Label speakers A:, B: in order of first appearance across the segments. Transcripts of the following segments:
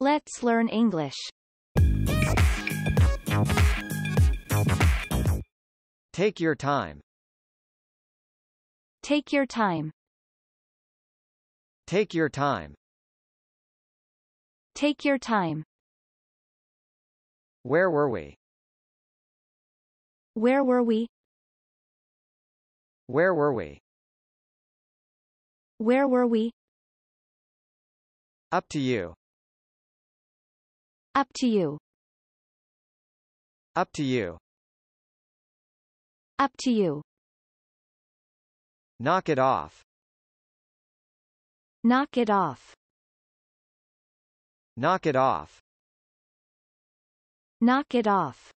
A: Let's learn English.
B: Take your time.
A: Take your time.
B: Take your time.
A: Take your time.
B: Where were we?
A: Where were we?
B: Where were we?
A: Where were we?
B: Up to you.
A: Up to you.
B: Up to you.
A: Up to you.
B: Knock it off.
A: Knock it off.
B: Knock it off.
A: Knock it off.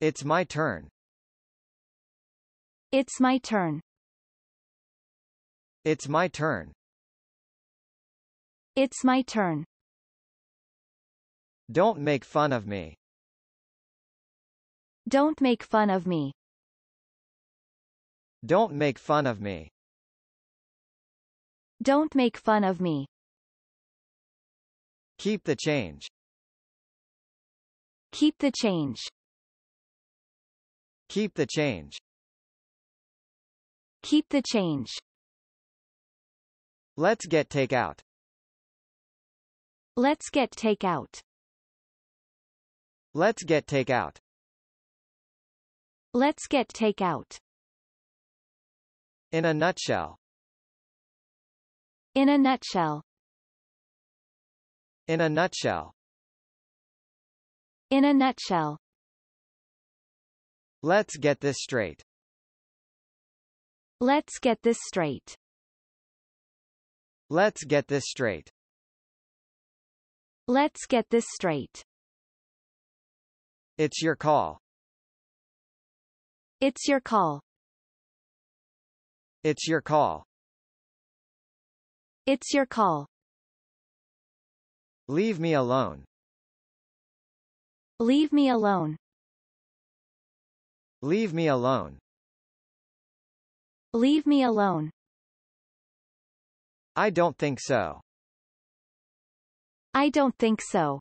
B: It's my turn.
A: It's my turn.
B: It's my turn.
A: It's my turn.
B: Don't make fun of me.
A: Don't make fun of me.
B: Don't make fun of me.
A: Don't make fun of me.
B: Keep the change.
A: Keep the change.
B: Keep the change.
A: Keep the change.
B: Let's get takeout.
A: Let's get takeout.
B: Let's get takeout.
A: Let's get takeout.
B: In a nutshell.
A: In a nutshell.
B: In a nutshell.
A: In a nutshell.
B: Let's get this straight.
A: Let's get this straight.
B: Let's get this straight.
A: Let's get this straight.
B: It's your call.
A: It's your call.
B: It's your call.
A: It's your call.
B: Leave me alone.
A: Leave me alone.
B: Leave me alone.
A: Leave me alone.
B: I don't think so.
A: I don't think so.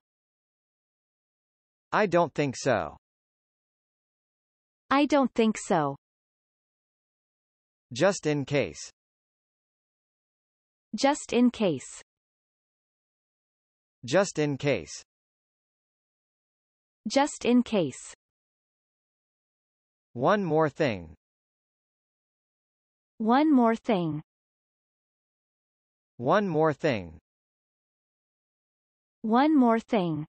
B: I don't think so.
A: I don't think so.
B: Just in case.
A: Just in case.
B: Just in case.
A: Just in case.
B: One more thing.
A: One more thing.
B: One more thing.
A: One more thing.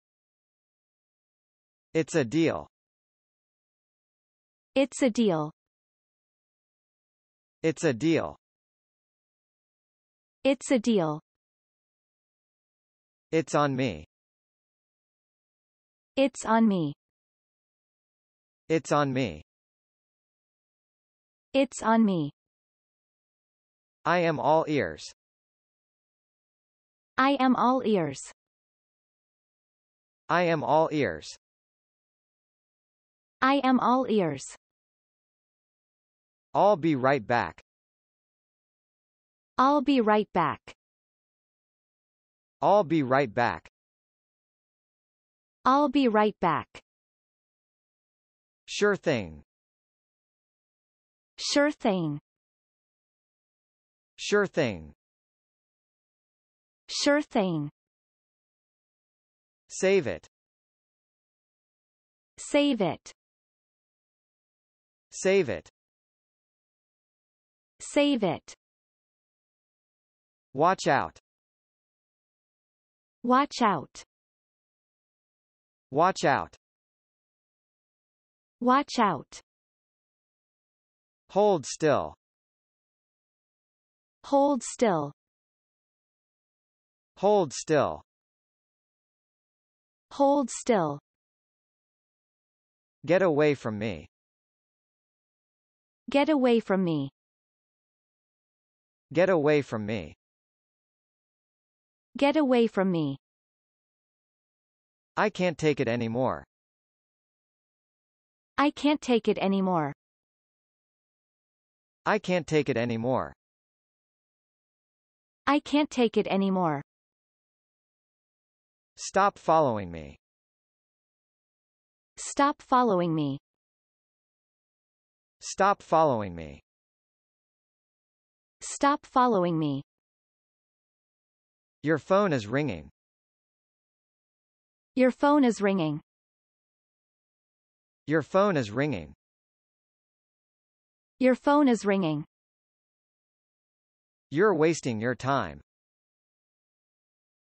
B: It's a deal.
A: It's a deal.
B: It's a deal.
A: It's a deal.
B: It's on me.
A: It's on me.
B: It's on me.
A: It's on me.
B: I am all ears.
A: I am all ears.
B: I am all ears.
A: I am all ears.
B: I'll be right back.
A: I'll be right back.
B: I'll be right back.
A: I'll be right back.
B: Sure thing.
A: Sure thing.
B: Sure thing.
A: Sure thing.
B: Save it.
A: Save it.
B: Save it.
A: Save it.
B: Watch out.
A: Watch out.
B: Watch out.
A: Watch out.
B: Hold still.
A: Hold still.
B: Hold still.
A: Hold still.
B: Get away from me.
A: Get away from me.
B: Get away from me.
A: Get away from me.
B: I can't take it anymore.
A: I can't take it anymore.
B: I can't take it anymore.
A: I can't take it anymore.
B: Stop following me.
A: Stop following me.
B: Stop following me.
A: Stop following me.
B: Your phone is ringing.
A: Your phone is ringing.
B: Your phone is ringing.
A: Your phone is ringing.
B: You're wasting your time.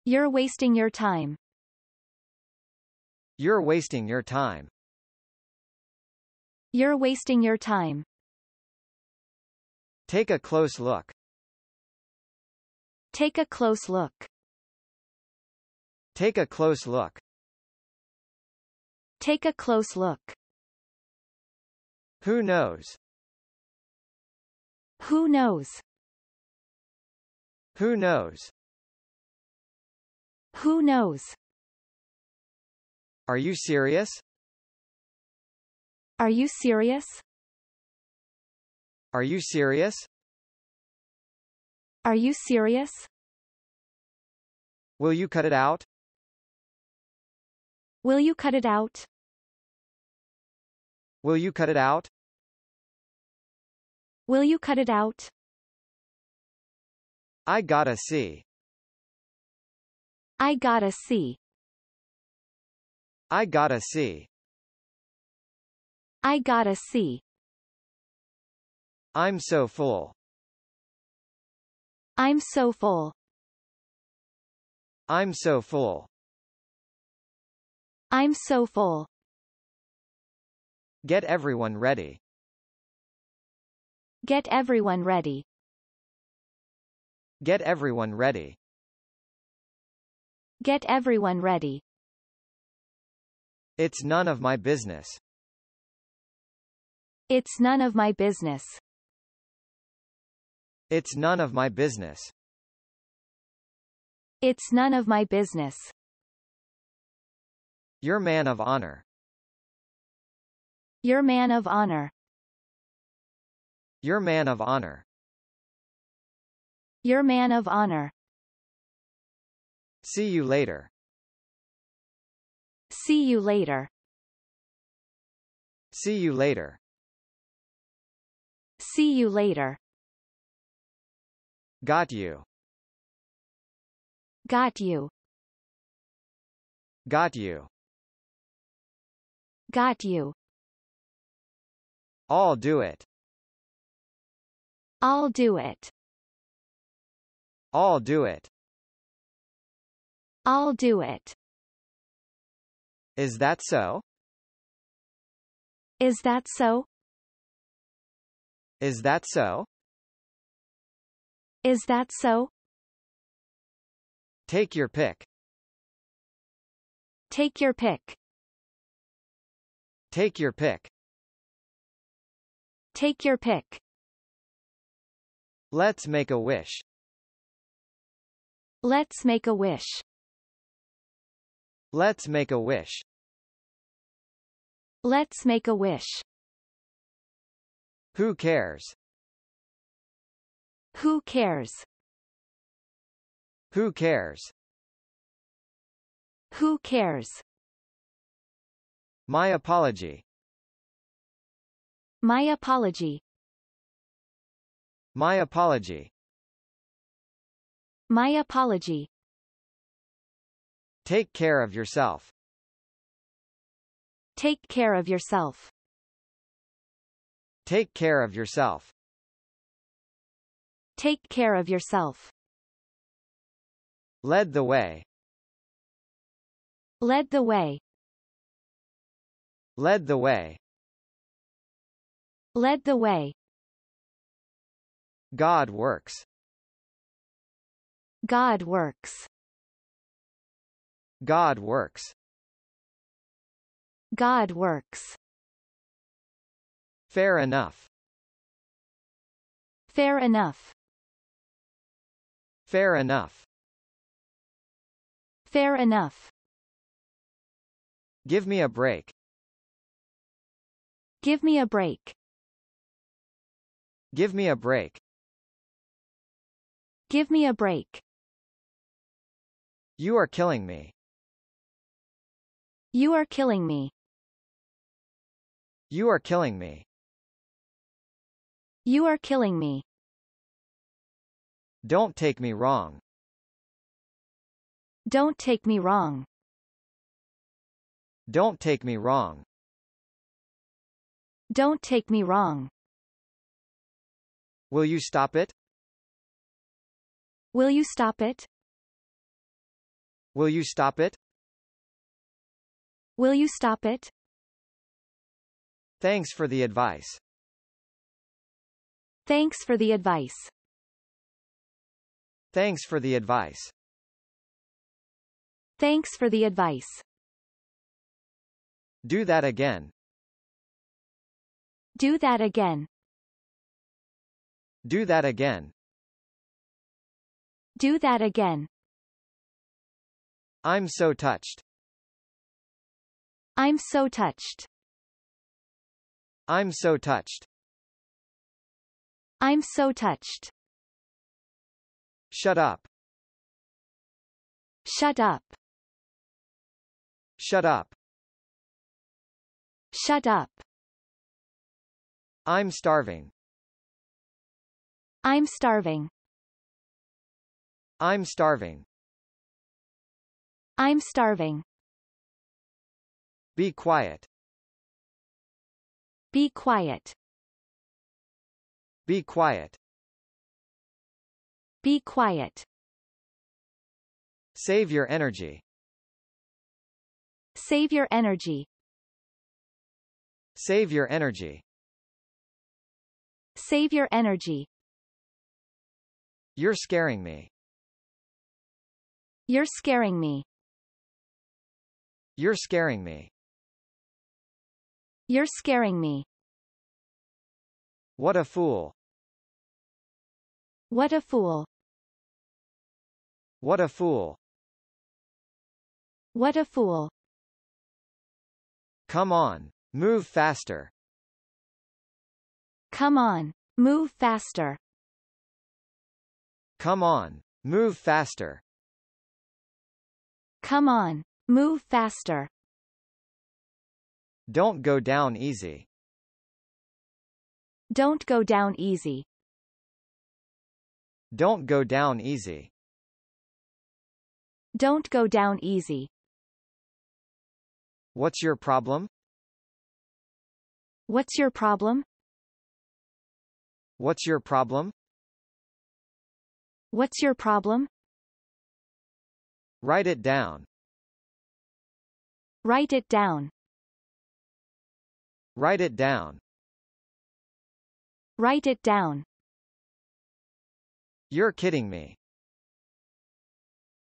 A: You're wasting your time.
B: You're wasting your time.
A: You're wasting your time.
B: Take a close look.
A: Take a close look.
B: Take a close look.
A: Take a close look.
B: Who knows?
A: Who knows?
B: Who knows?
A: Who knows?
B: Are you serious?
A: Are you serious?
B: Are you serious?
A: Are you serious?
B: Will you cut it out?
A: Will you cut it out?
B: Will you cut it out?
A: Will you cut it out?
B: I gotta see.
A: I gotta see.
B: I gotta see.
A: I gotta see.
B: I'm so full.
A: I'm so full.
B: I'm so full.
A: I'm so full.
B: Get everyone ready.
A: Get everyone ready.
B: Get everyone ready.
A: Get everyone ready.
B: It's none of my business.
A: It's none of my business.
B: It's none of my business.
A: It's none of my business.
B: Your man of honor.
A: Your man of honor.
B: Your man of honor.
A: Your man of honor.
B: See you later.
A: See you later.
B: See you later.
A: See you later.
B: Got you.
A: Got you.
B: Got you.
A: Got you.
B: I'll do it.
A: I'll do it.
B: I'll do it.
A: I'll do it.
B: Is that so?
A: Is that so?
B: Is that so?
A: Is that so?
B: Take your pick.
A: Take your pick.
B: Take your pick.
A: Take your pick.
B: Let's make a wish.
A: Let's make a wish.
B: Let's make a wish.
A: Let's make a wish.
B: Who cares?
A: Who cares?
B: Who cares?
A: Who cares?
B: My apology.
A: My apology.
B: My apology.
A: My apology.
B: Take care of yourself.
A: Take care of yourself.
B: Take care of yourself.
A: Take care of yourself.
B: Led the way.
A: Led the way.
B: Led the way.
A: Led the way.
B: God works.
A: God works.
B: God works.
A: God works.
B: Fair enough.
A: Fair enough.
B: Fair enough.
A: Fair enough.
B: Give me a break.
A: Give me a break.
B: Give me a break.
A: Give me a break.
B: You are killing me.
A: You are killing me.
B: You are killing me.
A: You are killing me.
B: Don't take me wrong.
A: Don't take me wrong.
B: Don't take me wrong.
A: Don't take me wrong.
B: Will you stop it?
A: Will you stop it?
B: Will you stop it?
A: Will you stop it?
B: Thanks for the advice.
A: Thanks for the advice.
B: Thanks for the advice.
A: Thanks for the advice.
B: Do that again.
A: Do that again.
B: Do that again.
A: Do that again.
B: I'm so touched.
A: I'm so touched.
B: I'm so touched.
A: I'm so touched.
B: Shut up.
A: Shut up.
B: Shut up.
A: Shut up.
B: I'm starving.
A: I'm starving.
B: I'm starving.
A: I'm starving.
B: Be quiet.
A: Be quiet.
B: Be quiet.
A: Be quiet.
B: Save your energy.
A: Save your energy.
B: Save your energy.
A: Save your energy.
B: You're scaring me.
A: You're scaring me.
B: You're scaring me.
A: You're scaring me.
B: What a fool.
A: What a fool.
B: What a fool.
A: What a fool.
B: Come on. Move faster.
A: Come on. Move faster.
B: Come on. Move faster.
A: Come on. Move faster.
B: Don't go down easy.
A: Don't go down easy.
B: Don't go down easy.
A: Don't go down easy.
B: What's your problem?
A: What's your problem?
B: What's your problem?
A: What's your problem?
B: Write it down.
A: Write it down.
B: Write it down.
A: Write it down.
B: You're kidding me.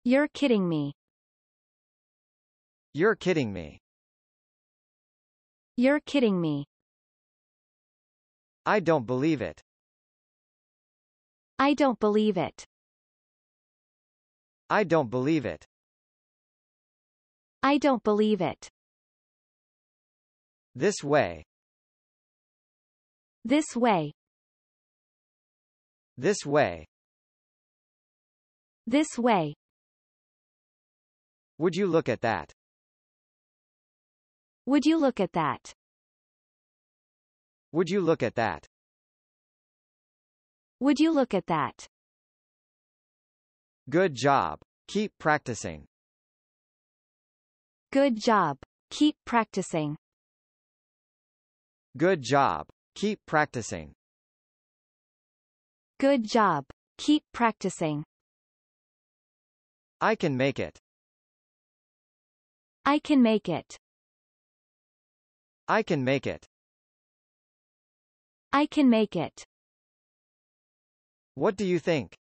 A: You're kidding me.
B: You're kidding me.
A: You're kidding me.
B: I don't believe it.
A: I don't believe it.
B: I don't believe it.
A: I don't believe it.
B: This way.
A: This way.
B: This way.
A: This way.
B: Would you look at that?
A: Would you look at that?
B: Would you look at that?
A: Would you look at that?
B: Good job. Keep practicing.
A: Good job. Keep practicing.
B: Good job. Keep practicing.
A: Good job. Keep practicing.
B: I can make it.
A: I can make it.
B: I can make it.
A: I can make it.
B: What do you think?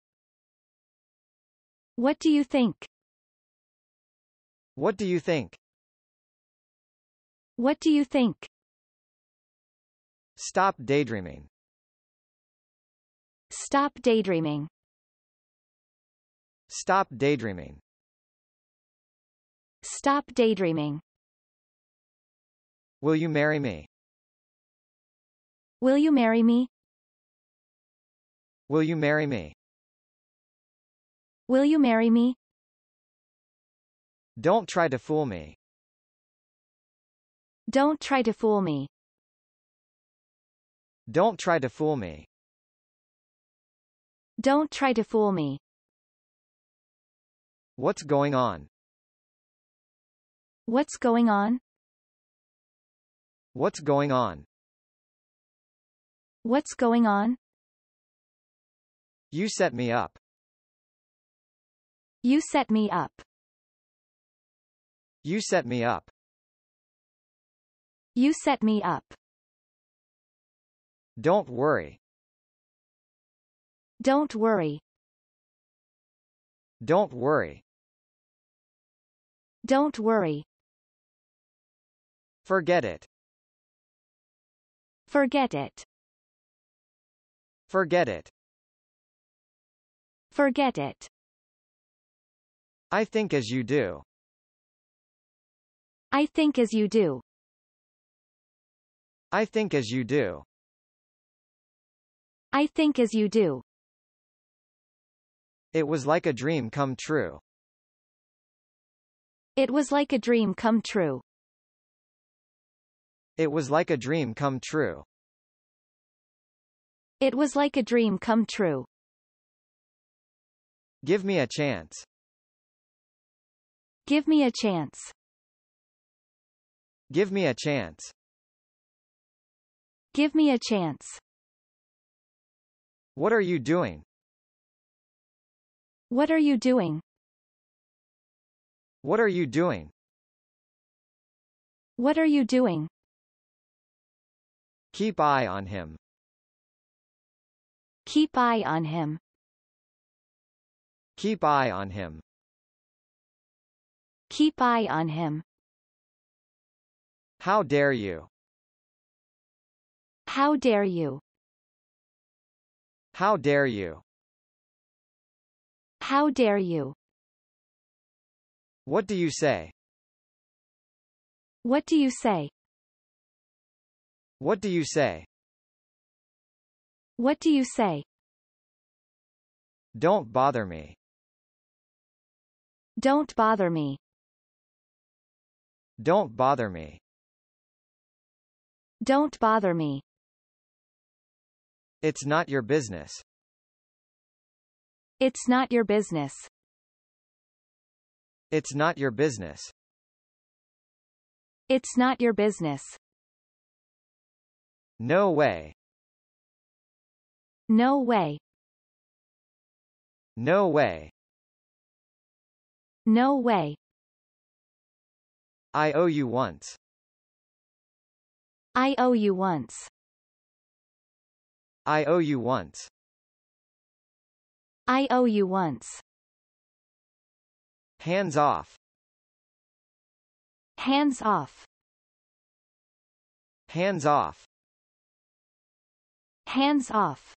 A: What do you think?
B: What do you think?
A: What do you think?
B: Stop daydreaming.
A: Stop daydreaming.
B: Stop daydreaming.
A: Stop daydreaming.
B: Will you marry me?
A: Will you marry me?
B: Will you marry me?
A: Will you marry me?
B: Don't try to fool me.
A: Don't try to fool me.
B: Don't try to fool me.
A: Don't try to fool me.
B: What's going on?
A: What's going on?
B: What's going on?
A: What's going on?
B: You set me up.
A: You set me up.
B: You set me up.
A: You set me up.
B: Don't worry.
A: Don't worry.
B: Don't worry.
A: Don't worry.
B: Forget it.
A: Forget it.
B: Forget it.
A: Forget it.
B: I think as you do.
A: I think as you do.
B: I think as you do.
A: I think as you do.
B: It was like a dream come true.
A: It was like a dream come true.
B: It was like a dream come true.
A: It was like a dream come true.
B: Give me a chance.
A: Give me a chance.
B: Give me a chance.
A: Give me a chance.
B: What are you doing?
A: What are you doing?
B: What are you doing?
A: What are you doing?
B: Keep eye on him.
A: Keep eye on him.
B: Keep eye on him.
A: Keep eye on him.
B: How dare you?
A: How dare you?
B: How dare you?
A: How dare you?
B: What do you say?
A: What do you say?
B: What do you say?
A: What do you say?
B: Don't bother me.
A: Don't bother me.
B: Don't bother me.
A: Don't bother me.
B: It's not your business.
A: It's not your business.
B: It's not your business.
A: It's not your business.
B: No way.
A: No way.
B: No way.
A: No way.
B: I owe you once.
A: I owe you once.
B: I owe you once.
A: I owe you once.
B: Hands off.
A: Hands off.
B: Hands off.
A: Hands off.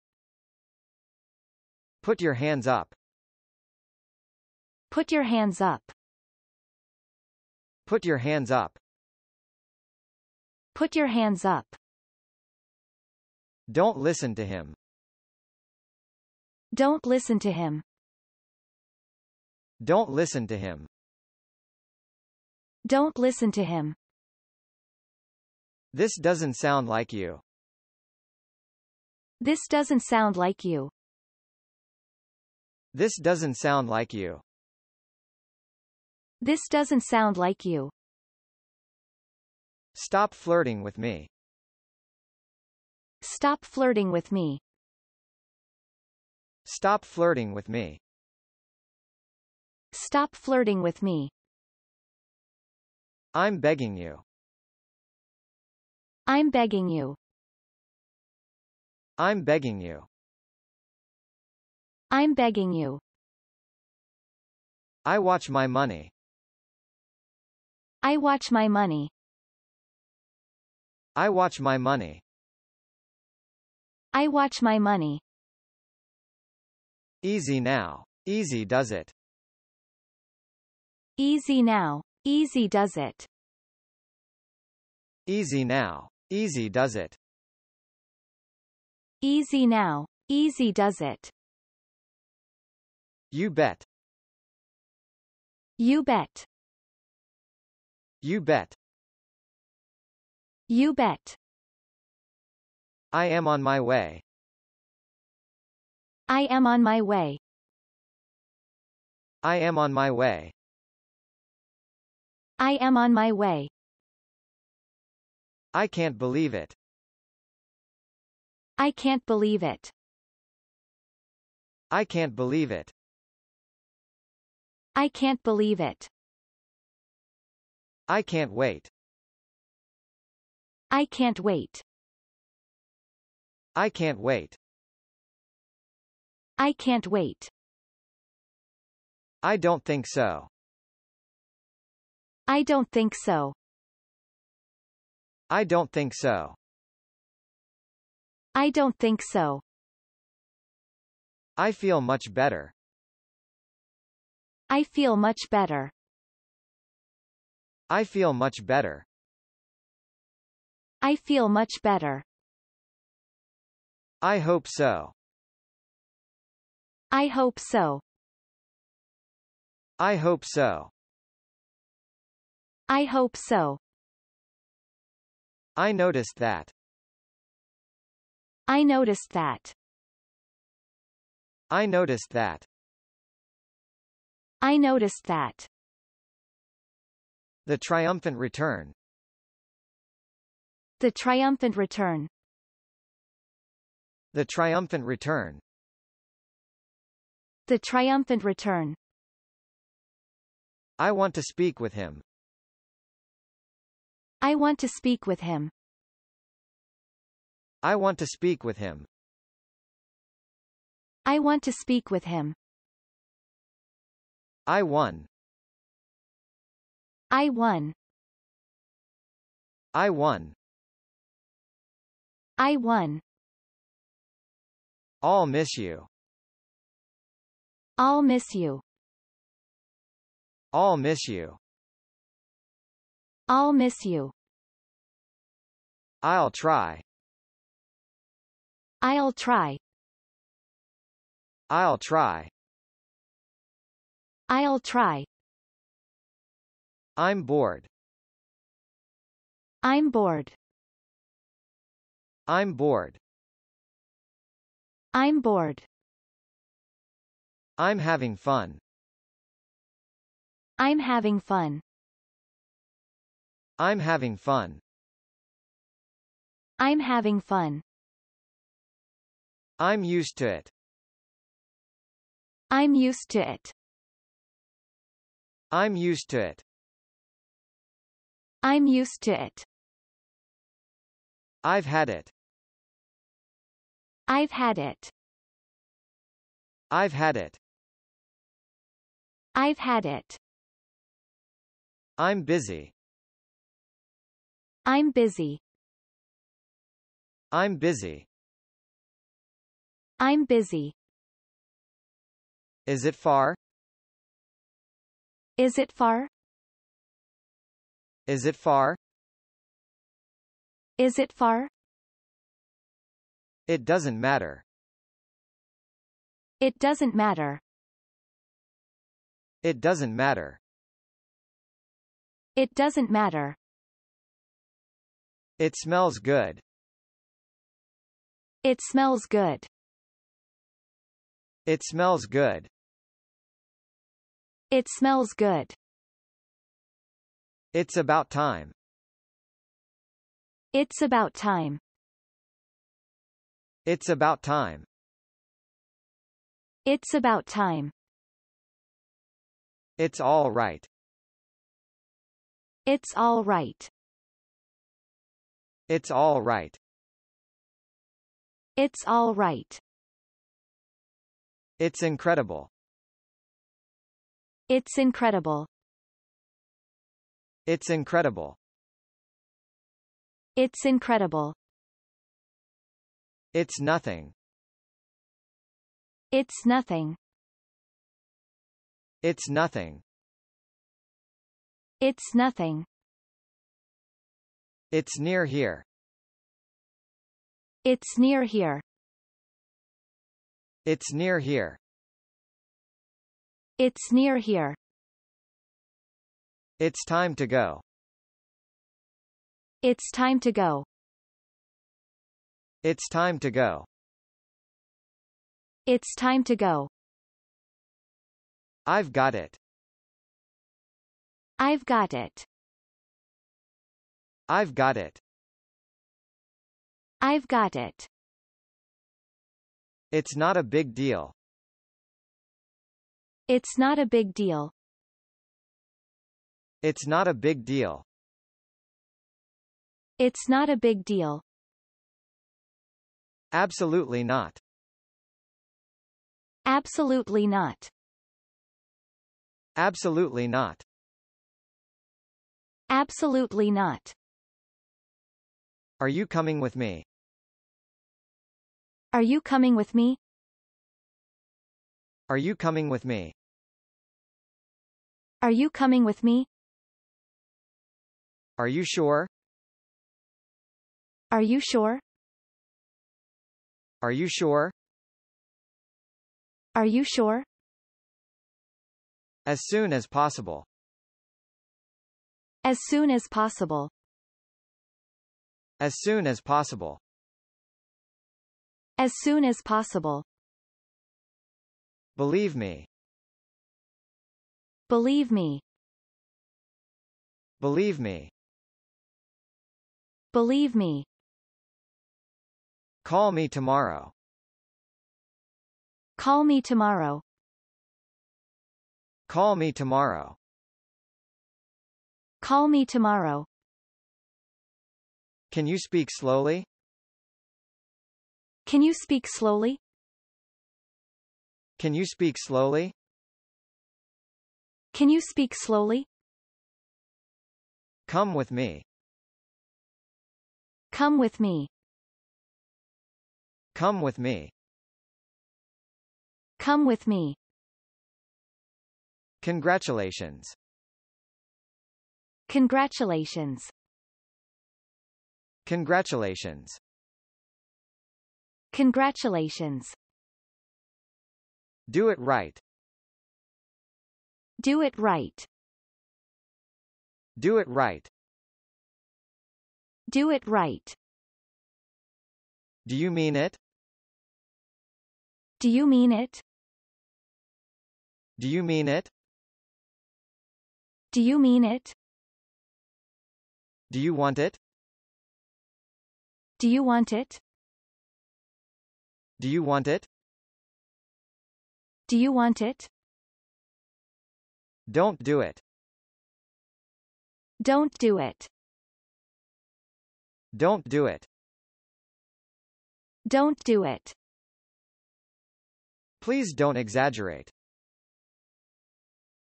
B: Put your hands up.
A: Put your hands up.
B: Put your hands up.
A: Put your hands up.
B: Don't listen to him.
A: Don't listen to him.
B: Don't listen to him.
A: Don't listen to him.
B: This doesn't sound like you.
A: This doesn't sound like you.
B: This doesn't sound like you.
A: This doesn't sound like you.
B: Stop flirting with me.
A: Stop flirting with me.
B: Stop flirting with me.
A: Stop flirting with me.
B: I'm begging you.
A: I'm begging you.
B: I'm begging you.
A: I'm begging you.
B: I watch my money.
A: I watch my money.
B: I watch my money.
A: I watch my money.
B: Easy now. Easy does it.
A: Easy now. Easy does it.
B: Easy now. Easy does it.
A: Easy now. Easy does it.
B: You bet.
A: You bet.
B: You bet.
A: You bet.
B: I am on my way.
A: I am on my way.
B: I am on my way.
A: I am on my way.
B: I can't believe it.
A: I can't believe it.
B: I can't believe it.
A: I can't believe it.
B: I can't wait.
A: I can't wait.
B: I can't wait.
A: I can't wait.
B: I don't think so.
A: I don't think so.
B: I don't think so.
A: I don't think so.
B: I feel much better.
A: I feel much better.
B: I feel much better.
A: I feel much better.
B: I hope so.
A: I hope so.
B: I hope so.
A: I hope so.
B: I noticed that.
A: I noticed that.
B: I noticed that.
A: I noticed that.
B: The triumphant return.
A: The triumphant return.
B: The triumphant return.
A: The triumphant return.
B: I want to speak with him.
A: I want to speak with him.
B: I want to speak with him.
A: I want to speak with him.
B: I won.
A: I won.
B: I won.
A: I won.
B: I'll miss you.
A: I'll miss you.
B: I'll miss you.
A: I'll miss you.
B: I'll try.
A: I'll try.
B: I'll try.
A: I'll try.
B: I'm bored.
A: I'm bored.
B: I'm bored.
A: I'm bored.
B: I'm having fun.
A: I'm having fun.
B: I'm having fun.
A: I'm having fun.
B: I'm used to it.
A: I'm used to it.
B: I'm used to it.
A: I'm used to it.
B: I've had it.
A: I've had it.
B: I've had it.
A: I've had it.
B: I'm busy.
A: I'm busy.
B: I'm busy.
A: I'm busy.
B: Is it far?
A: Is it far?
B: Is it far?
A: Is it far?
B: It doesn't matter.
A: It doesn't matter.
B: It doesn't matter.
A: It doesn't matter.
B: It smells good.
A: It smells good.
B: It smells good.
A: It smells good.
B: It's about time.
A: It's about time.
B: It's about time.
A: It's about time.
B: It's all right.
A: It's all right.
B: It's all right.
A: It's all right.
B: It's incredible.
A: It's incredible.
B: It's incredible.
A: It's incredible.
B: It's nothing.
A: It's nothing.
B: It's nothing.
A: It's nothing.
B: It's near here.
A: It's near here.
B: It's near here.
A: It's near here.
B: It's time to go.
A: It's time to go.
B: It's time to go.
A: It's time to go.
B: I've got it.
A: I've got it.
B: I've got it.
A: I've got it.
B: It's not a big deal.
A: It's not a big deal.
B: It's not a big deal.
A: It's not a big deal.
B: Absolutely not.
A: Absolutely not.
B: Absolutely not.
A: Absolutely not.
B: Are you coming with me?
A: Are you coming with me?
B: Are you coming with me?
A: Are you coming with me?
B: Are you sure?
A: Are you sure?
B: Are you sure?
A: Are you sure?
B: As soon as possible.
A: As soon as possible.
B: As soon as possible.
A: As soon as possible.
B: Believe me.
A: Believe me.
B: Believe me.
A: Believe me.
B: Call me tomorrow.
A: Call me tomorrow.
B: Call me tomorrow.
A: Call me tomorrow.
B: Can you speak slowly?
A: Can you speak slowly?
B: Can you speak slowly?
A: Can you speak slowly?
B: Come with me.
A: Come with me.
B: Come with me.
A: Come with me.
B: Congratulations.
A: Congratulations.
B: Congratulations.
A: Congratulations.
B: Do it right.
A: Do it right.
B: Do it right.
A: Do it right.
B: Do you mean it?
A: Do you mean it?
B: Do you mean it?
A: Do you mean it?
B: Do you want it?
A: Do you want it?
B: Do you want it?
A: Do you want it?
B: Don't do it.
A: Don't do it.
B: Don't do it.
A: Don't do it.
B: Please don't exaggerate.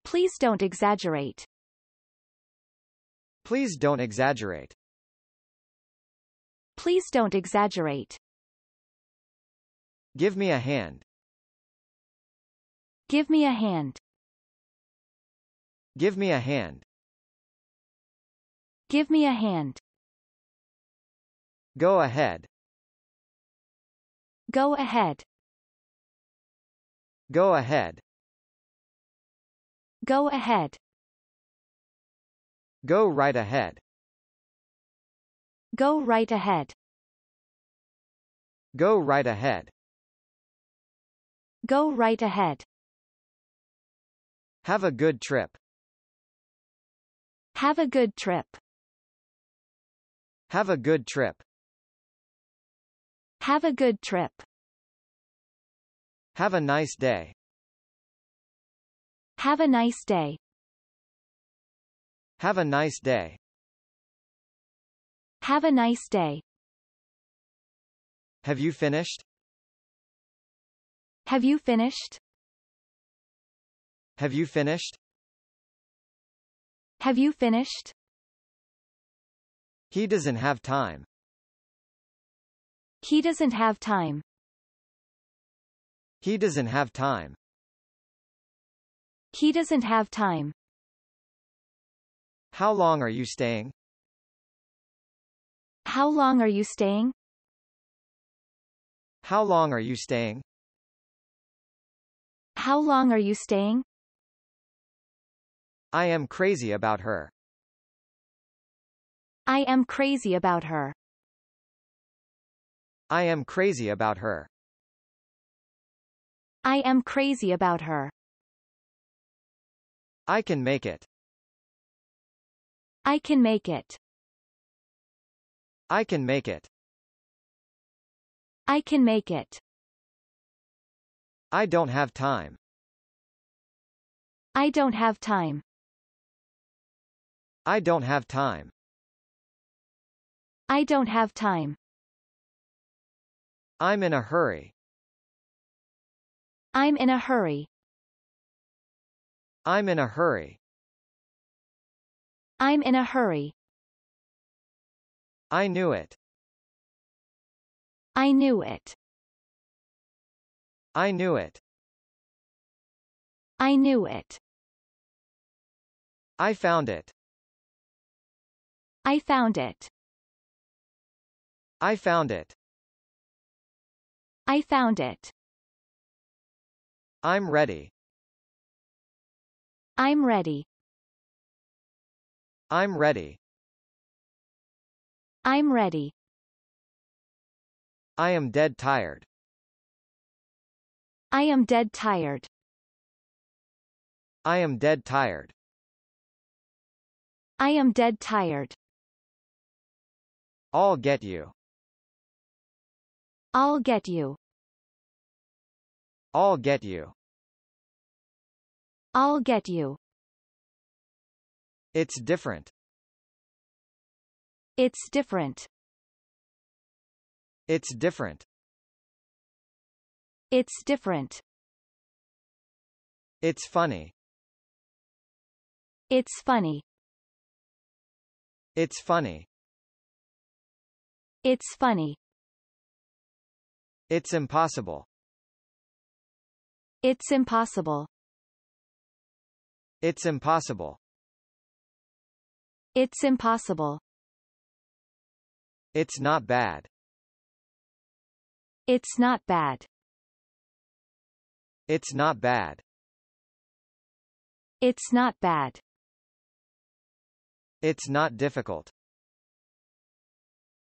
A: Please don't exaggerate.
B: Please don't exaggerate.
A: Please don't exaggerate.
B: Give me a hand.
A: Give me a hand.
B: Give me a hand.
A: Give me a hand.
B: Go ahead.
A: Go ahead.
B: Go ahead.
A: Go ahead.
B: Go right ahead.
A: Go right ahead.
B: Go right ahead.
A: Go right ahead.
B: Have a good trip.
A: Have a good trip.
B: Have a good trip.
A: Have a good trip.
B: Have a nice day.
A: Have a nice day.
B: Have a nice day.
A: Have a nice day.
B: Have you finished?
A: Have you finished?
B: Have you finished?
A: Have you finished?
B: He doesn't have time.
A: He doesn't have time.
B: He doesn't have time.
A: He doesn't have time.
B: How long are you staying?
A: How long are you staying?
B: How long are you staying?
A: How long are you staying?
B: I am crazy about her.
A: I am crazy about her.
B: I am crazy about her.
A: I am crazy about her.
B: I can make it.
A: I can make it.
B: I can make it.
A: I can make it.
B: I don't have time.
A: I don't have time.
B: I don't have time.
A: I don't have time.
B: I'm in a hurry.
A: I'm in a hurry.
B: I'm in a hurry.
A: I'm in a hurry.
B: I knew it.
A: I knew it.
B: I knew it.
A: I knew it.
B: I found it.
A: I found it.
B: I found it.
A: I found it.
B: I'm ready.
A: I'm ready.
B: I'm ready.
A: I'm ready.
B: I am dead tired.
A: I am dead tired.
B: I am dead tired.
A: I am dead tired.
B: I'll get you.
A: I'll get you.
B: I'll get you.
A: I'll get you.
B: It's different.
A: It's different.
B: It's different.
A: It's different.
B: It's funny.
A: It's funny.
B: It's funny.
A: It's funny.
B: It's impossible.
A: It's impossible.
B: It's impossible.
A: It's impossible.
B: It's not bad.
A: It's not bad.
B: It's not bad.
A: It's not bad.
B: It's not difficult.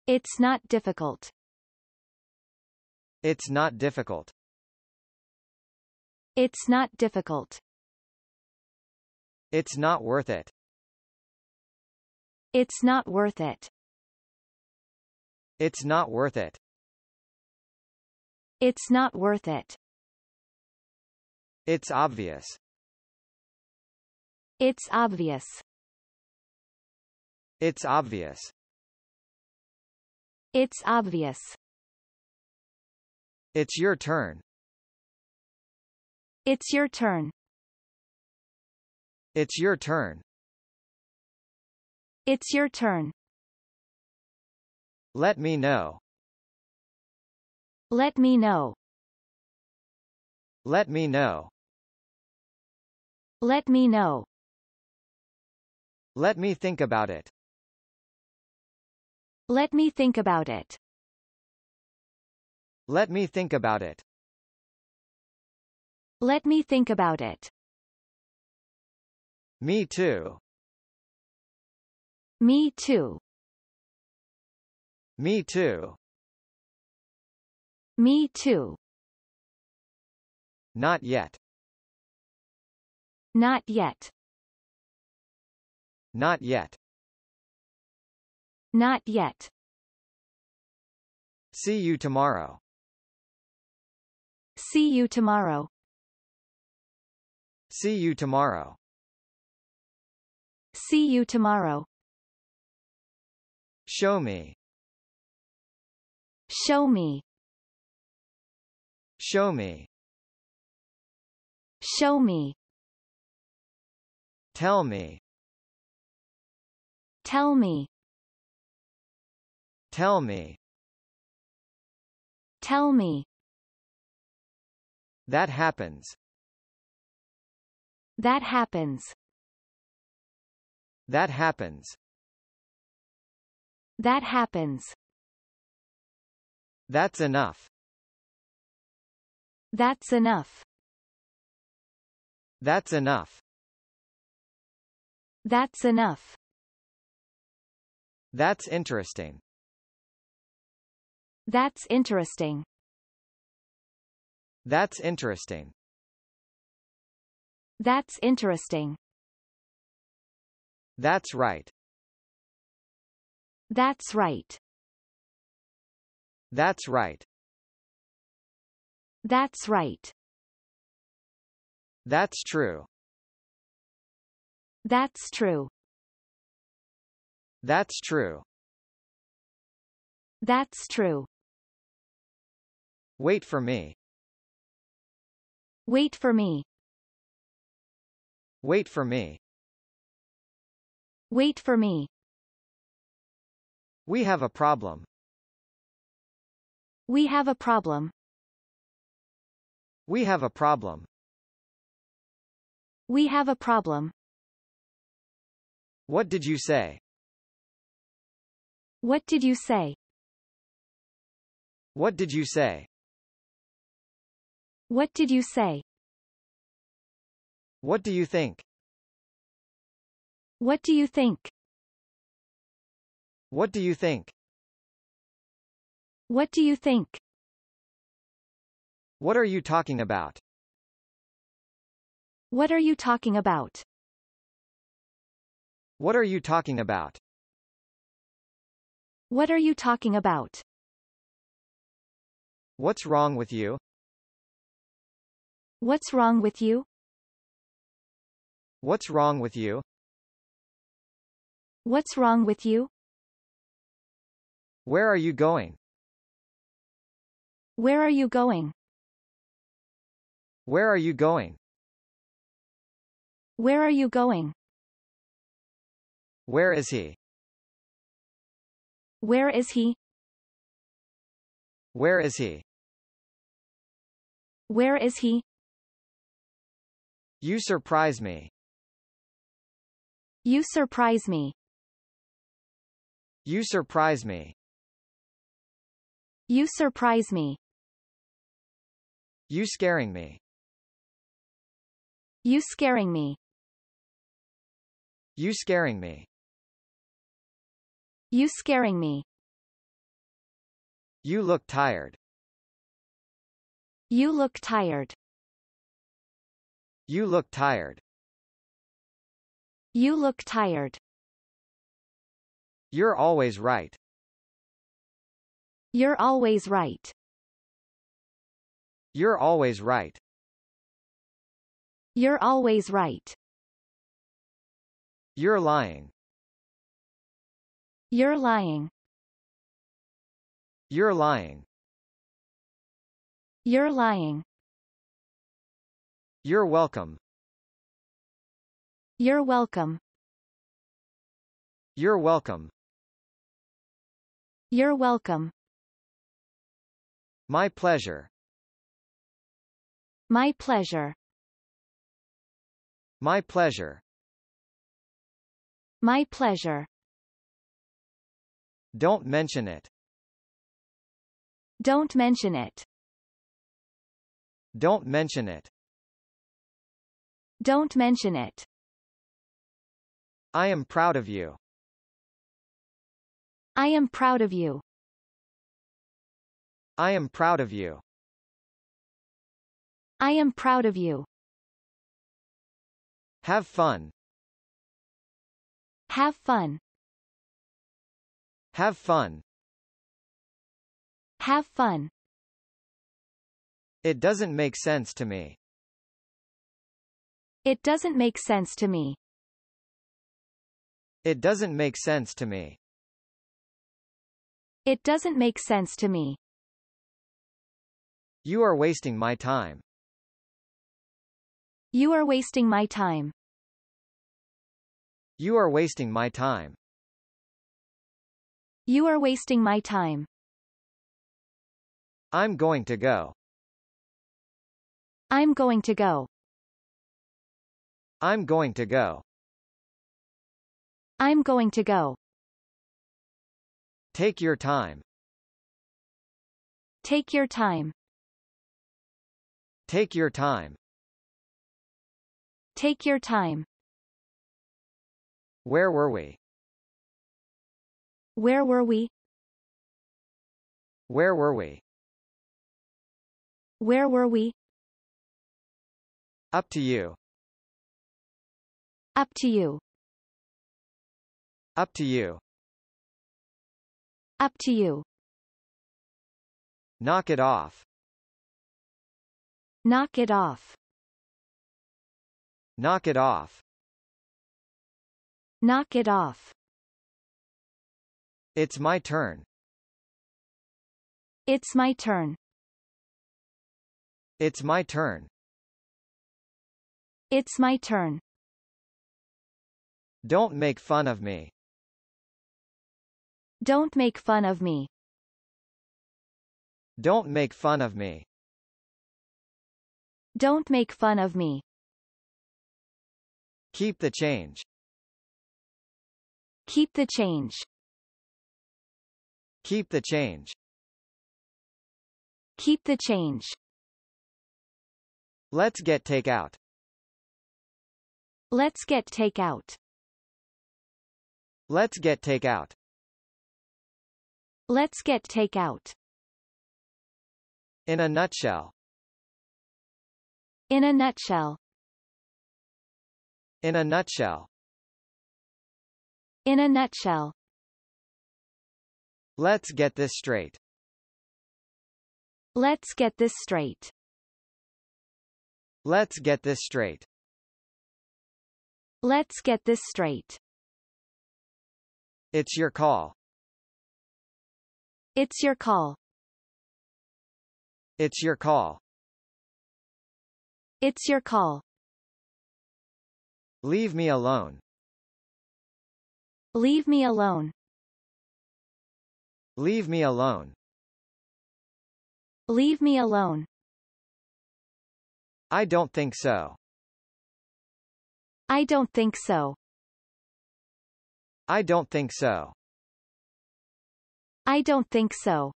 A: It's not difficult.
B: It's not difficult.
A: It's not difficult.
B: It's not worth it.
A: It's not worth it.
B: It's not worth it.
A: It's not worth it.
B: It's obvious.
A: It's obvious.
B: It's obvious.
A: It's obvious.
B: It's your turn.
A: It's your turn.
B: It's your turn.
A: It's your turn.
B: Let me know.
A: Let me know.
B: Let me know.
A: Let me know.
B: Let me think about it.
A: Let me think about it.
B: Let me think about it.
A: Let me think about it.
B: Me too.
A: Me too.
B: Me too.
A: Me too.
B: Not yet.
A: Not yet.
B: Not yet.
A: Not yet.
B: See you tomorrow.
A: See you tomorrow.
B: See you tomorrow.
A: See you tomorrow.
B: Show me.
A: Show me.
B: Show me.
A: Show me.
B: Tell me.
A: Tell me.
B: Tell me.
A: Tell me.
B: That happens.
A: That happens.
B: That happens.
A: That happens.
B: That's enough.
A: That's enough.
B: That's enough.
A: That's enough.
B: That's interesting.
A: That's interesting.
B: That's interesting.
A: That's interesting.
B: That's right.
A: That's right.
B: That's right.
A: That's right.
B: That's true.
A: That's true.
B: That's true.
A: That's true.
B: Wait for me.
A: Wait for me.
B: Wait for me.
A: Wait for me.
B: We have a problem.
A: We have a problem.
B: We have a problem.
A: We have a problem.
B: What did you say?
A: What did you say?
B: What did you say?
A: What did you say?
B: What do you think?
A: What do you think?
B: What do you think?
A: What do you think?
B: What are you talking about?
A: What are you talking about?
B: What are you talking about?
A: What are you talking about?
B: What's wrong with you?
A: What's wrong with you?
B: What's wrong with you?
A: What's wrong with you?
B: Where are you going?
A: Where are you going?
B: Where are you going?
A: Where are you going?
B: Where is he?
A: Where is he?
B: Where is he?
A: Where is he?
B: You surprise me.
A: You surprise me.
B: You surprise me.
A: You surprise me.
B: You scaring me.
A: You scaring me.
B: You scaring me.
A: You scaring me.
B: You look tired.
A: You look tired.
B: You look tired.
A: You look tired.
B: You're always right.
A: You're always right.
B: You're always right.
A: You're always right.
B: You're lying.
A: You're lying.
B: You're lying.
A: You're lying.
B: You're welcome.
A: You're welcome.
B: You're welcome.
A: You're welcome.
B: My pleasure.
A: My pleasure.
B: My pleasure.
A: My pleasure.
B: Don't mention it.
A: Don't mention it.
B: Don't mention it.
A: Don't mention it.
B: I am proud of you.
A: I am proud of you.
B: I am proud of you.
A: I am proud of you.
B: Have fun.
A: Have fun.
B: Have fun.
A: Have fun.
B: It doesn't make sense to me.
A: It doesn't make sense to me.
B: It doesn't make sense to me.
A: It doesn't make sense to me.
B: You are wasting my time.
A: You are wasting my time.
B: You are wasting my time.
A: You are wasting my time.
B: I'm going to go.
A: I'm going to go.
B: I'm going to go.
A: I'm going to go.
B: Take your time.
A: Take your time.
B: Take your time.
A: Take your time.
B: Where were we?
A: Where were we?
B: Where were we?
A: Where were we?
B: Up to you.
A: Up to you.
B: Up to you.
A: Up to you.
B: Knock it off.
A: Knock it off.
B: Knock it off.
A: Knock it off.
B: It's my turn.
A: It's my turn.
B: It's my turn.
A: It's my turn.
B: Don't make fun of me.
A: Don't make fun of me.
B: Don't make fun of me.
A: Don't make fun of me.
B: Keep the change.
A: Keep the change.
B: Keep the change.
A: Keep the change.
B: Let's get takeout.
A: Let's get takeout.
B: Let's get takeout.
A: Let's get takeout.
B: In a nutshell.
A: In a nutshell.
B: In a nutshell.
A: In a nutshell.
B: Let's get this straight.
A: Let's get this straight.
B: Let's get this straight.
A: Let's get this straight.
B: It's your call.
A: It's your call.
B: It's your call.
A: It's your call.
B: Leave me alone.
A: Leave me alone.
B: Leave me alone.
A: Leave me alone.
B: I don't think so.
A: I don't think so.
B: I don't think so.
A: I don't think so.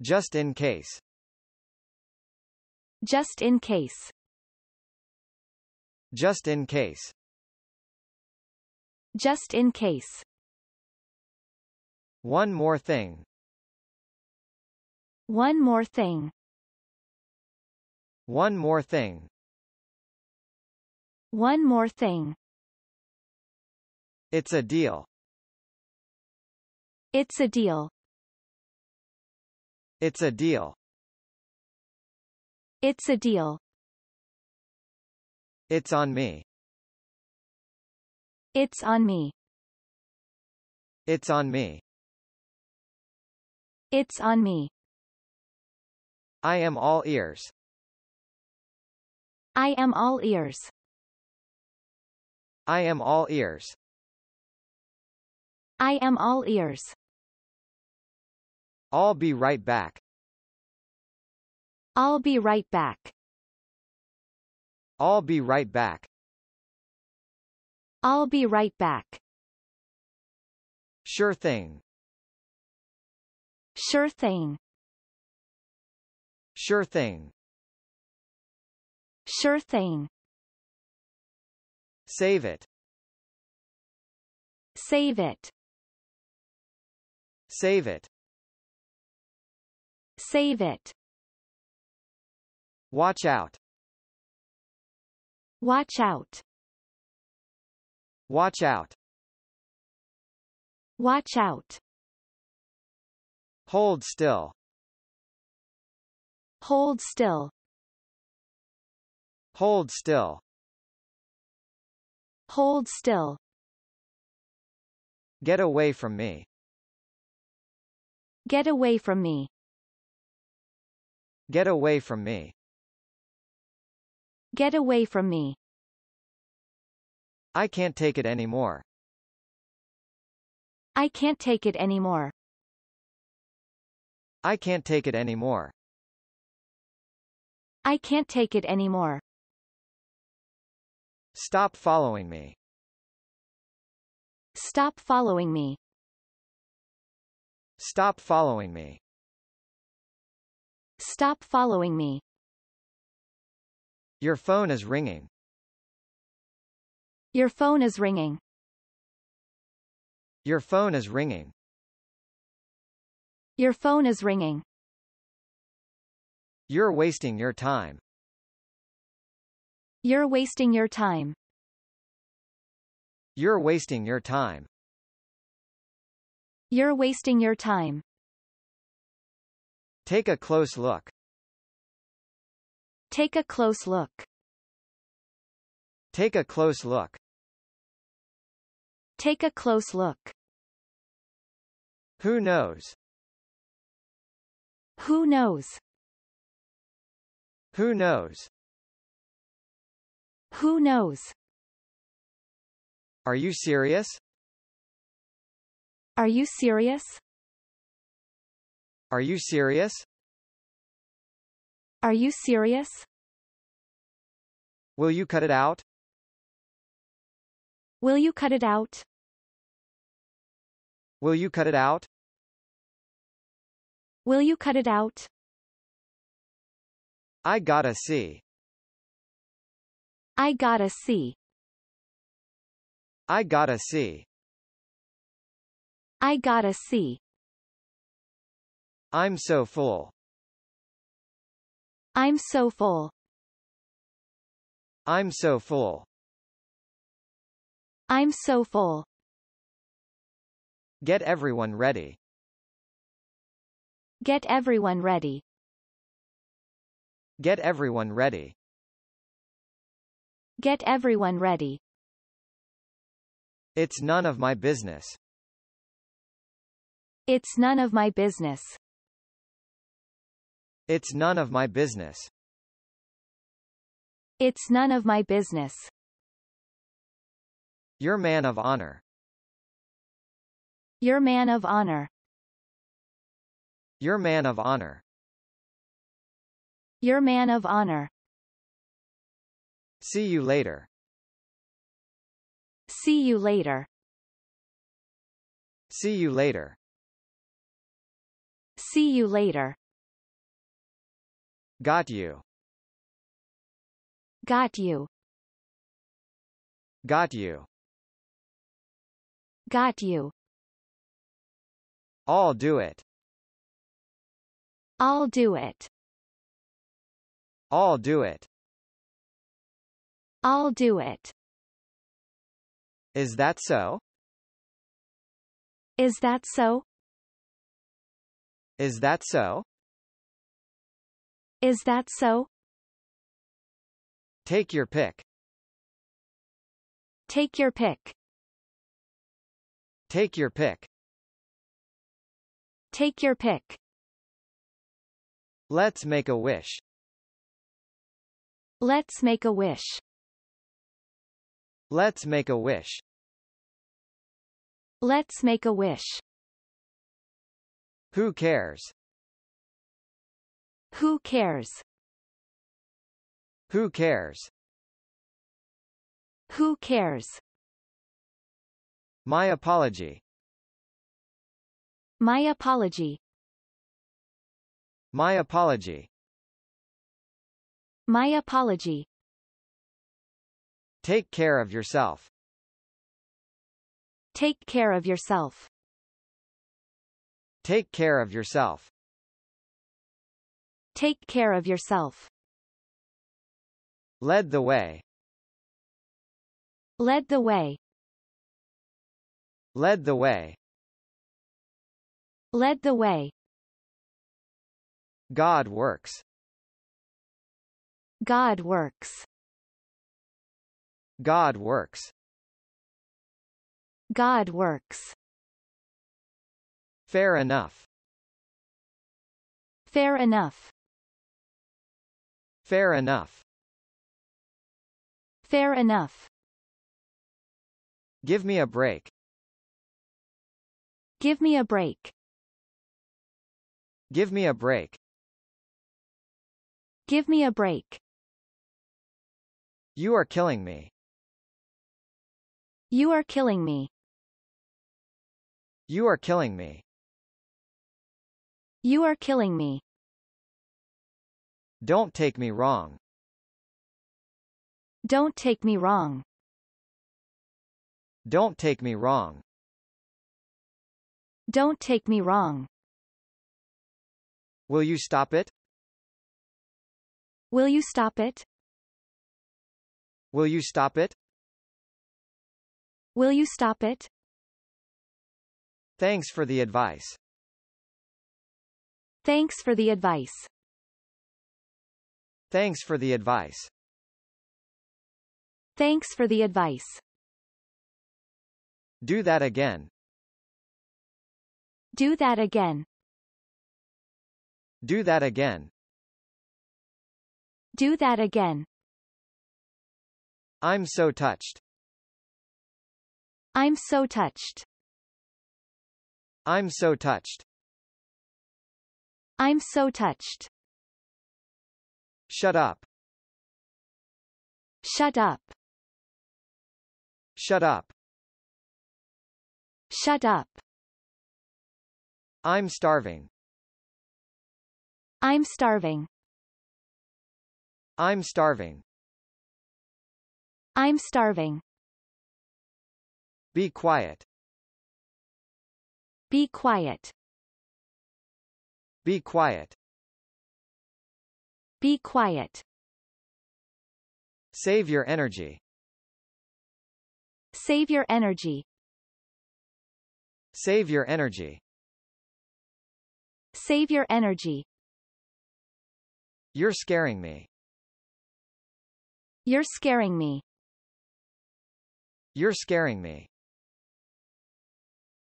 B: Just in case.
A: Just in case.
B: Just in case.
A: Just in case.
B: One more thing.
A: One more thing.
B: One more thing.
A: One more thing.
B: It's a deal.
A: It's a deal.
B: It's a deal.
A: It's a deal.
B: It's on me.
A: It's on me.
B: It's on me.
A: It's on me.
B: I am all ears.
A: I am all ears.
B: I am all ears.
A: I am all ears.
B: I'll be right back.
A: I'll be right back.
B: I'll be right back.
A: I'll be right back.
B: Sure thing.
A: Sure thing.
B: Sure thing.
A: Sure thing.
B: Save it.
A: Save it.
B: Save it.
A: Save it.
B: Watch out.
A: Watch out.
B: Watch out.
A: Watch out.
B: Hold still.
A: Hold still.
B: Hold still.
A: Hold still.
B: Get away from me.
A: Get away from me.
B: Get away from me.
A: Get away from me.
B: I can't take it anymore.
A: I can't take it anymore.
B: I can't take it anymore.
A: I can't take it anymore.
B: Stop following me.
A: Stop following me.
B: Stop following me.
A: Stop following me.
B: Your phone is ringing.
A: Your phone is ringing.
B: Your phone is ringing.
A: Your phone is ringing.
B: You're wasting your time.
A: You're wasting your time.
B: You're wasting your time.
A: You're wasting your time.
B: Take a close look.
A: Take a close look.
B: Take a close look.
A: Take a close look.
B: Who knows?
A: Who knows?
B: Who knows?
A: Who knows?
B: Are you serious?
A: Are you serious?
B: Are you serious?
A: Are you serious?
B: Will you cut it out?
A: Will you cut it out?
B: Will you cut it out?
A: Will you cut it out?
B: I gotta see.
A: I gotta see.
B: I gotta see.
A: I gotta see.
B: I'm so full.
A: I'm so full.
B: I'm so full.
A: I'm so full.
B: Get everyone ready.
A: Get everyone ready.
B: Get everyone ready.
A: Get everyone ready.
B: It's none of my business.
A: It's none of my business.
B: It's none of my business.
A: It's none of my business.
B: You're man of honor.
A: Your man of honor.
B: You're man of honor.
A: Your man of honor.
B: See you later.
A: See you later.
B: See you later.
A: See you later.
B: Got you.
A: Got you.
B: Got you.
A: Got you.
B: I'll do it.
A: I'll do it.
B: I'll do it.
A: I'll do it.
B: Is that so?
A: Is that so?
B: Is that so?
A: Is that so?
B: Take your pick.
A: Take your pick.
B: Take your pick.
A: Take your pick.
B: Let's make a wish.
A: Let's make a wish.
B: Let's make a wish.
A: Let's make a wish.
B: Who cares?
A: Who cares?
B: Who cares?
A: Who cares?
B: My apology.
A: My apology.
B: My apology.
A: My apology.
B: Take care of yourself.
A: Take care of yourself.
B: Take care of yourself.
A: Take care of yourself.
B: Led the way.
A: Led the way.
B: Led the way.
A: Led the way.
B: God works.
A: God works.
B: God works.
A: God works.
B: Fair enough.
A: Fair enough.
B: Fair enough.
A: Fair enough.
B: Give me a break.
A: Give me a break.
B: Give me a break.
A: Give me a break.
B: You are killing me.
A: You are killing me.
B: You are killing me.
A: You are killing me.
B: Don't take me wrong.
A: Don't take me wrong.
B: Don't take me wrong.
A: Don't take me wrong.
B: Will you stop it?
A: Will you stop it?
B: Will you stop it?
A: Will you stop it?
B: Thanks for the advice.
A: Thanks for the advice.
B: Thanks for the advice.
A: Thanks for the advice.
B: Do that again.
A: Do that again.
B: Do that again.
A: Do that again.
B: I'm so touched.
A: I'm so touched.
B: I'm so touched.
A: I'm so touched.
B: Shut up.
A: Shut up.
B: Shut up.
A: Shut up.
B: I'm starving.
A: I'm starving.
B: I'm starving.
A: I'm starving.
B: Be quiet.
A: Be quiet.
B: Be quiet.
A: Be quiet.
B: Save your energy.
A: Save your energy.
B: Save your energy.
A: Save your energy.
B: You're scaring me.
A: You're scaring me.
B: You're scaring me.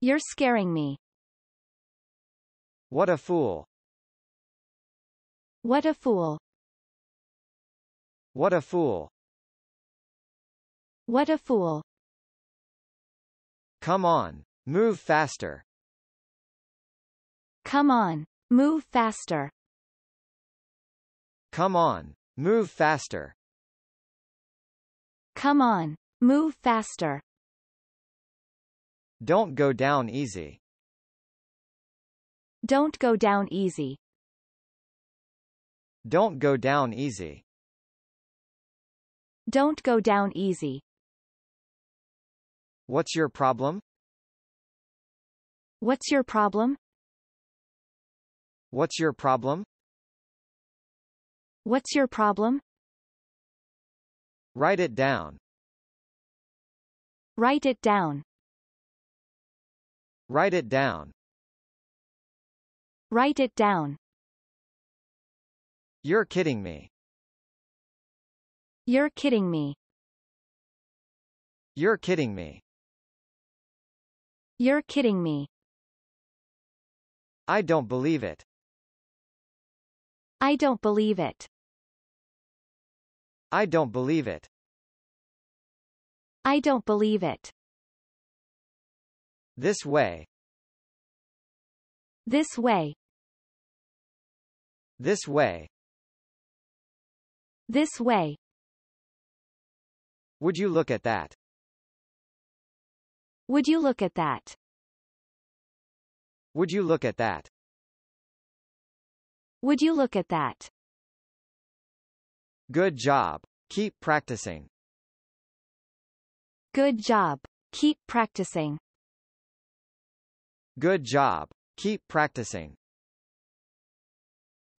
A: You're scaring me.
B: What a fool.
A: What a fool.
B: What a fool.
A: What a fool.
B: Come on. Move faster.
A: Come on. Move faster.
B: Come on. Move faster.
A: Come on. Move faster.
B: Don't go down easy.
A: Don't go down easy.
B: Don't go down easy.
A: Don't go down easy.
B: What's your problem?
A: What's your problem?
B: What's your problem?
A: What's your problem?
B: Write it down.
A: Write it down.
B: Write it down.
A: Write it down.
B: You're kidding me.
A: You're kidding me.
B: You're kidding me.
A: You're kidding me.
B: I don't believe it.
A: I don't believe it.
B: I don't believe it.
A: I don't believe it.
B: This way.
A: This way.
B: This way.
A: This way.
B: Would you look at that?
A: Would you look at that?
B: Would you look at that?
A: Would you look at that?
B: Good job. Keep practicing.
A: Good job. Keep practicing.
B: Good job. Keep practicing.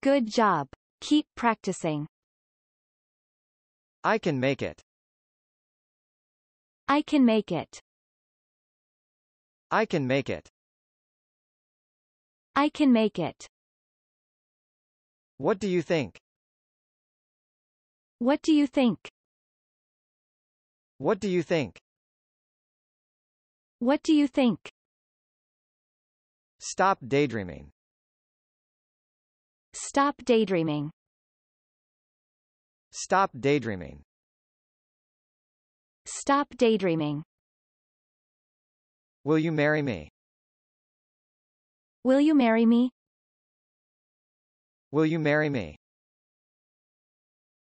A: Good job. Keep practicing.
B: I can make it.
A: I can make it.
B: I can make it.
A: I can make it.
B: What do you think?
A: What do you think?
B: What do you think?
A: What do you think?
B: Stop daydreaming.
A: Stop daydreaming.
B: Stop daydreaming.
A: Stop daydreaming.
B: Will you marry me?
A: Will you marry me?
B: Will you marry me?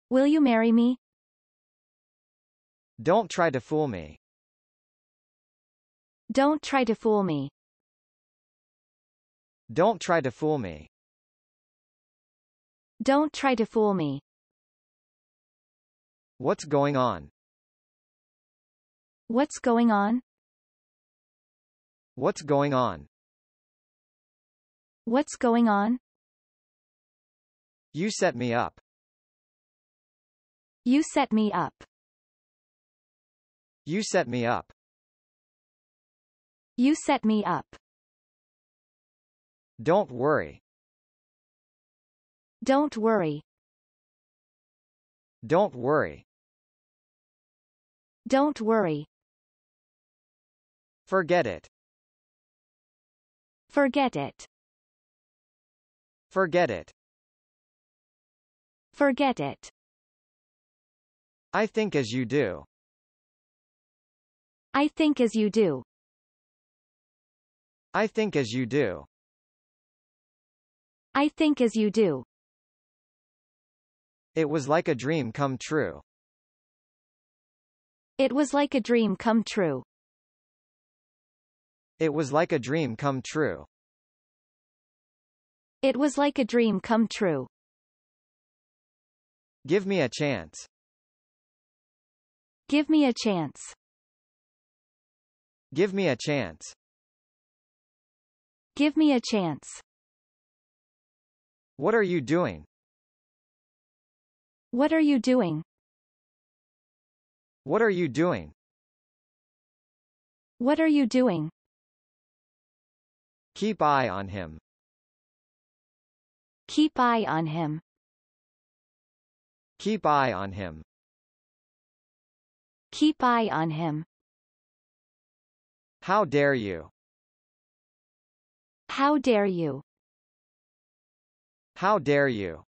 A: Will you marry me?
B: Don't try to fool me.
A: Don't try to fool me.
B: Don't try to fool me.
A: Don't try to fool me.
B: What's going on?
A: What's going on?
B: What's going on?
A: What's going on?
B: You set me up.
A: You set me up.
B: You set me up.
A: You set me up.
B: Don't worry.
A: Don't worry.
B: Don't worry.
A: Don't worry.
B: Forget it.
A: Forget it.
B: Forget it.
A: Forget it.
B: I think as you do.
A: I think as you do.
B: I think as you do.
A: I think as you do.
B: It was like a dream come true.
A: It was like a dream come true.
B: It was like a dream come true.
A: It was like a dream come true.
B: Give me a chance.
A: Give me a chance.
B: Give me a chance.
A: Give me a chance.
B: What are you doing?
A: What are you doing?
B: What are you doing?
A: What are you doing?
B: Keep eye on him.
A: Keep eye on him.
B: Keep eye on him.
A: Keep eye on him.
B: How dare you?
A: How dare you?
B: How dare you?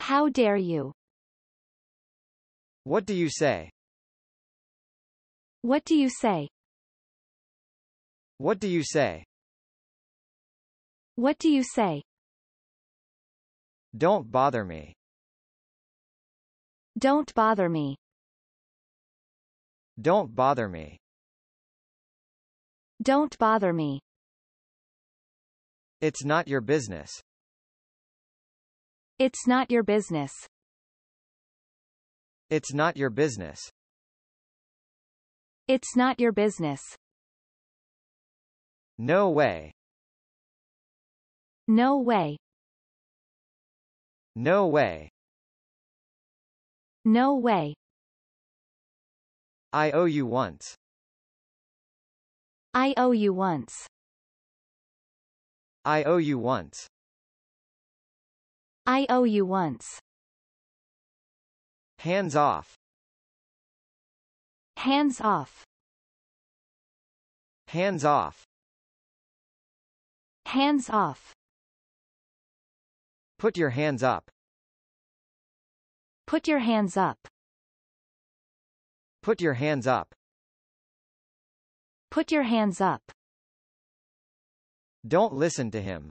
A: How dare you?
B: What do you say?
A: What do you say?
B: What do you say?
A: What do you say?
B: Don't bother me.
A: Don't bother me.
B: Don't bother me.
A: Don't bother me.
B: It's not your business.
A: It's not your business.
B: It's not your business.
A: It's not your business.
B: No way.
A: No way.
B: No way.
A: No way.
B: I owe you once.
A: I owe you once.
B: I owe you once.
A: I owe you once.
B: Hands off.
A: Hands off.
B: Hands off.
A: Hands off.
B: Put your hands up.
A: Put your hands up.
B: Put your hands up.
A: Put your hands up.
B: Don't listen to him.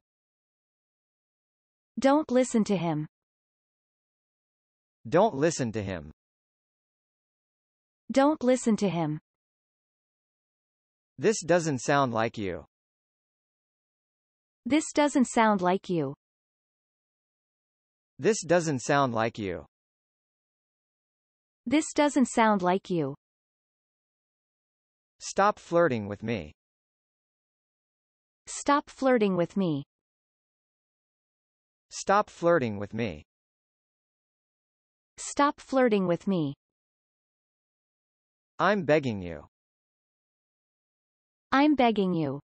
A: Don't listen to him.
B: Don't listen to him.
A: Don't listen to him.
B: This doesn't sound like you.
A: This doesn't sound like you.
B: This doesn't sound like you.
A: This doesn't sound like you.
B: Stop flirting with me.
A: Stop flirting with me.
B: Stop flirting with me.
A: Stop flirting with me.
B: I'm begging you.
A: I'm begging you.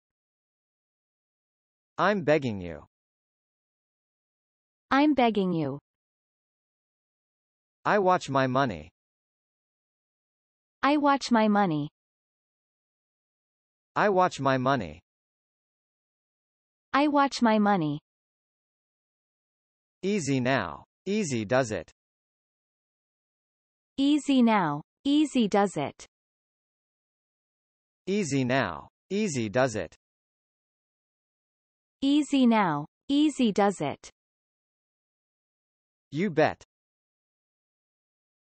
B: I'm begging you.
A: I'm begging you.
B: I watch my money.
A: I watch my money.
B: I watch my money.
A: I watch my money.
B: Easy now. Easy does it.
A: Easy now. Easy does it.
B: Easy now. Easy does it.
A: Easy now. Easy does it.
B: You bet.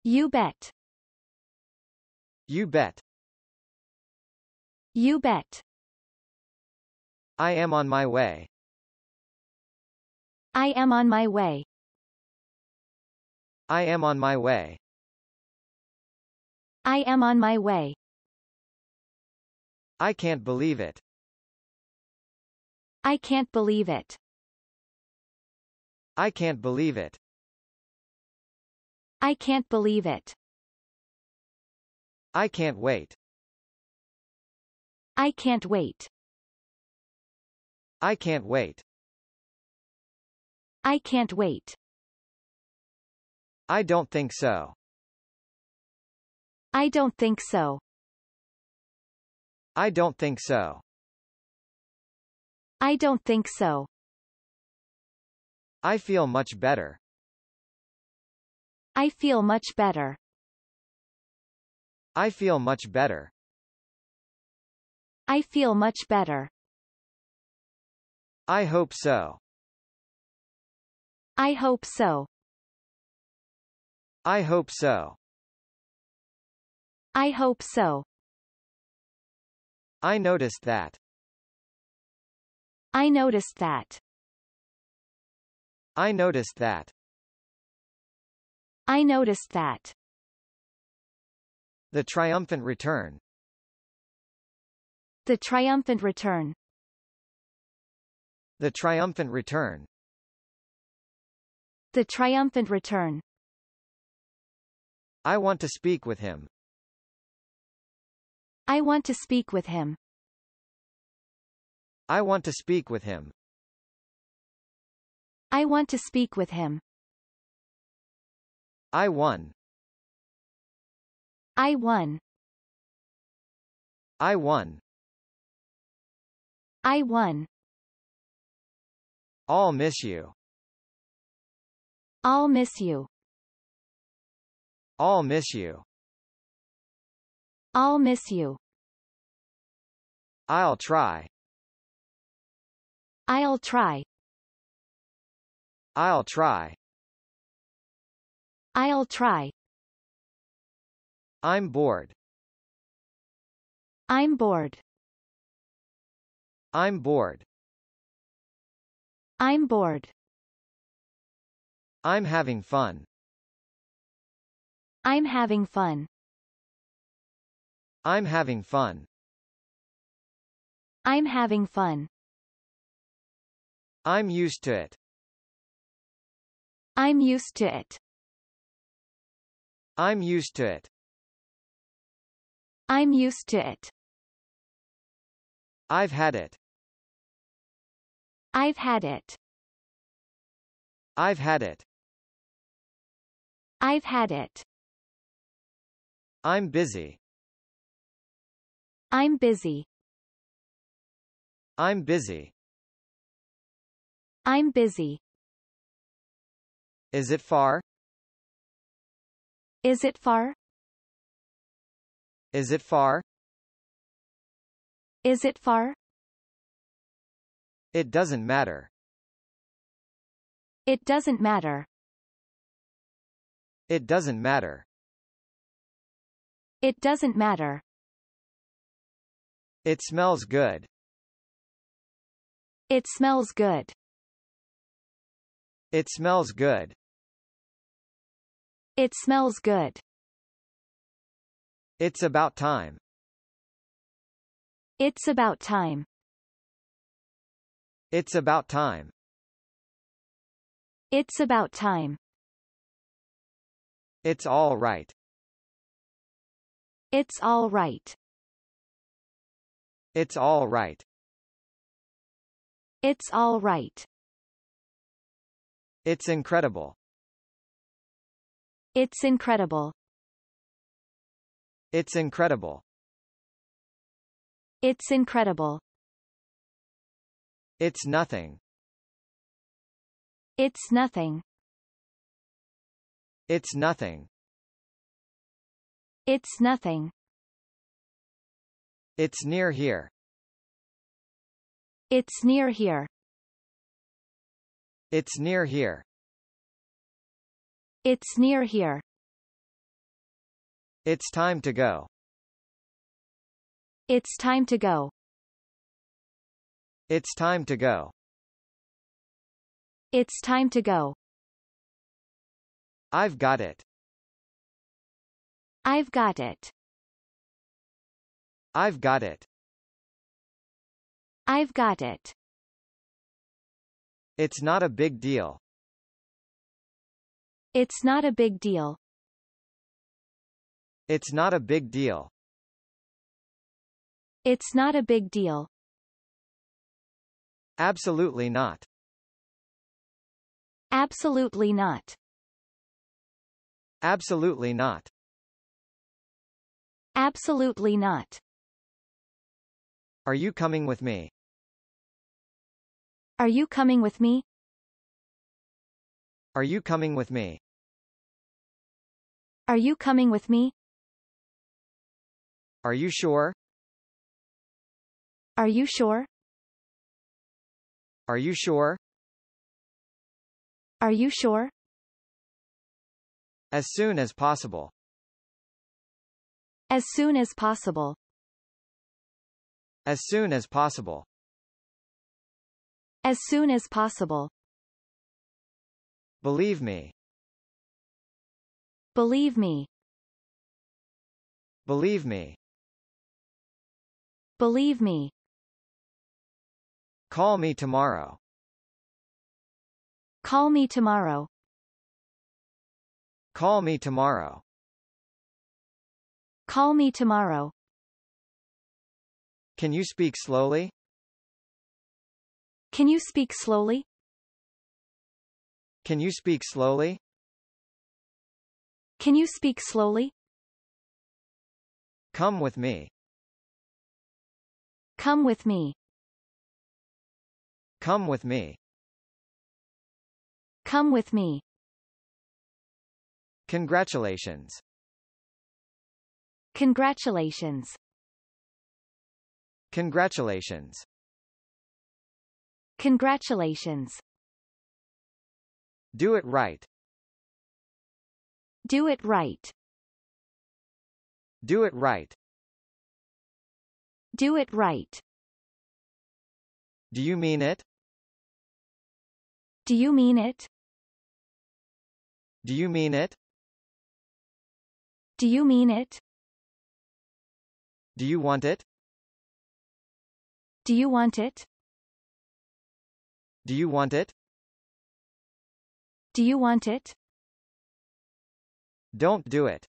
A: You bet.
B: You bet.
A: You bet.
B: I am on my way.
A: I am on my way.
B: I am on my way.
A: I am on my way.
B: I can't believe it.
A: I can't believe it.
B: I can't believe it.
A: I can't believe it.
B: I can't wait.
A: I can't wait.
B: I can't wait.
A: I can't wait.
B: I don't think so.
A: I don't think so.
B: I don't think so.
A: I don't think so.
B: I feel much better.
A: I feel much better.
B: I feel much better.
A: I feel much better.
B: I hope so.
A: I hope so.
B: I hope so.
A: I hope so.
B: I noticed that.
A: I noticed that.
B: I noticed that.
A: I noticed that.
B: The triumphant return.
A: The triumphant return.
B: The triumphant return.
A: The triumphant return.
B: I want to speak with him.
A: I want to speak with him.
B: I want to speak with him.
A: I want to speak with him.
B: I won.
A: I won.
B: I won.
A: I won.
B: I'll miss you.
A: I'll miss you.
B: I'll miss you.
A: I'll miss you.
B: I'll try.
A: I'll try.
B: I'll try.
A: I'll try.
B: I'm bored.
A: I'm bored.
B: I'm bored.
A: I'm bored.
B: I'm having fun.
A: I'm having fun.
B: I'm having fun.
A: I'm having fun.
B: I'm used to it.
A: I'm used to it.
B: I'm used to it.
A: I'm used to it.
B: I've had it.
A: I've had it.
B: I've had it.
A: I've had it.
B: I'm busy.
A: I'm busy.
B: I'm busy.
A: I'm busy.
B: Is it far?
A: Is it far?
B: Is it far?
A: Is it far?
B: It doesn't matter.
A: It doesn't matter.
B: It doesn't matter.
A: It doesn't matter.
B: It smells good.
A: It smells good.
B: It smells good.
A: It smells good.
B: It's about time.
A: It's about time.
B: It's about time.
A: It's about time.
B: It's all right.
A: It's all right.
B: It's all right.
A: It's all right.
B: It's incredible.
A: It's incredible.
B: It's incredible.
A: It's incredible.
B: It's nothing.
A: It's nothing.
B: It's nothing.
A: It's nothing.
B: It's near here.
A: It's near here.
B: It's near here.
A: It's near here.
B: It's time to go.
A: It's time to go.
B: It's time to go.
A: It's time to go.
B: I've got it.
A: I've got it.
B: I've got it.
A: I've got it.
B: It's not a big deal.
A: It's not a big deal.
B: It's not a big deal.
A: It's not a big deal.
B: Absolutely not.
A: Absolutely not.
B: Absolutely not.
A: Absolutely not.
B: Are you coming with me?
A: Are you coming with me?
B: Are you coming with me?
A: Are you coming with me?
B: Are you sure?
A: Are you sure?
B: Are you sure?
A: Are you sure?
B: As soon as possible.
A: As soon as possible.
B: As soon as possible.
A: As soon as possible.
B: Believe me.
A: Believe me.
B: Believe me.
A: Believe me.
B: Call me tomorrow.
A: Call me tomorrow.
B: Call me tomorrow.
A: Call me tomorrow.
B: Can you speak slowly?
A: Can you speak slowly?
B: Can you speak slowly?
A: Can you speak slowly?
B: Come with me.
A: Come with me.
B: Come with me.
A: Come with me.
B: Congratulations.
A: Congratulations.
B: Congratulations.
A: Congratulations.
B: Do it right.
A: Do it right.
B: Do it right.
A: Do it right.
B: Do you mean it?
A: Do you mean it?
B: Do you mean it?
A: Do you mean it?
B: Do you want it?
A: Do you want it?
B: Do you want it?
A: Do you want it?
B: Don't do it.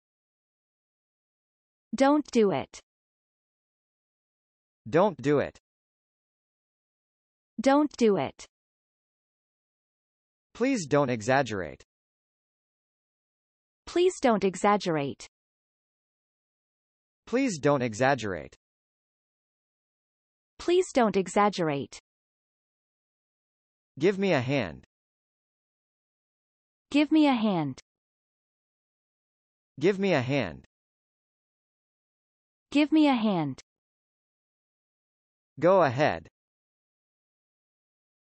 A: Don't do it.
B: Don't do it.
A: Don't do it.
B: Please don't exaggerate.
A: Please don't exaggerate.
B: Please don't exaggerate.
A: Please don't exaggerate.
B: Give me a hand.
A: Give me a hand.
B: Give me a hand.
A: Give me a hand.
B: Go ahead.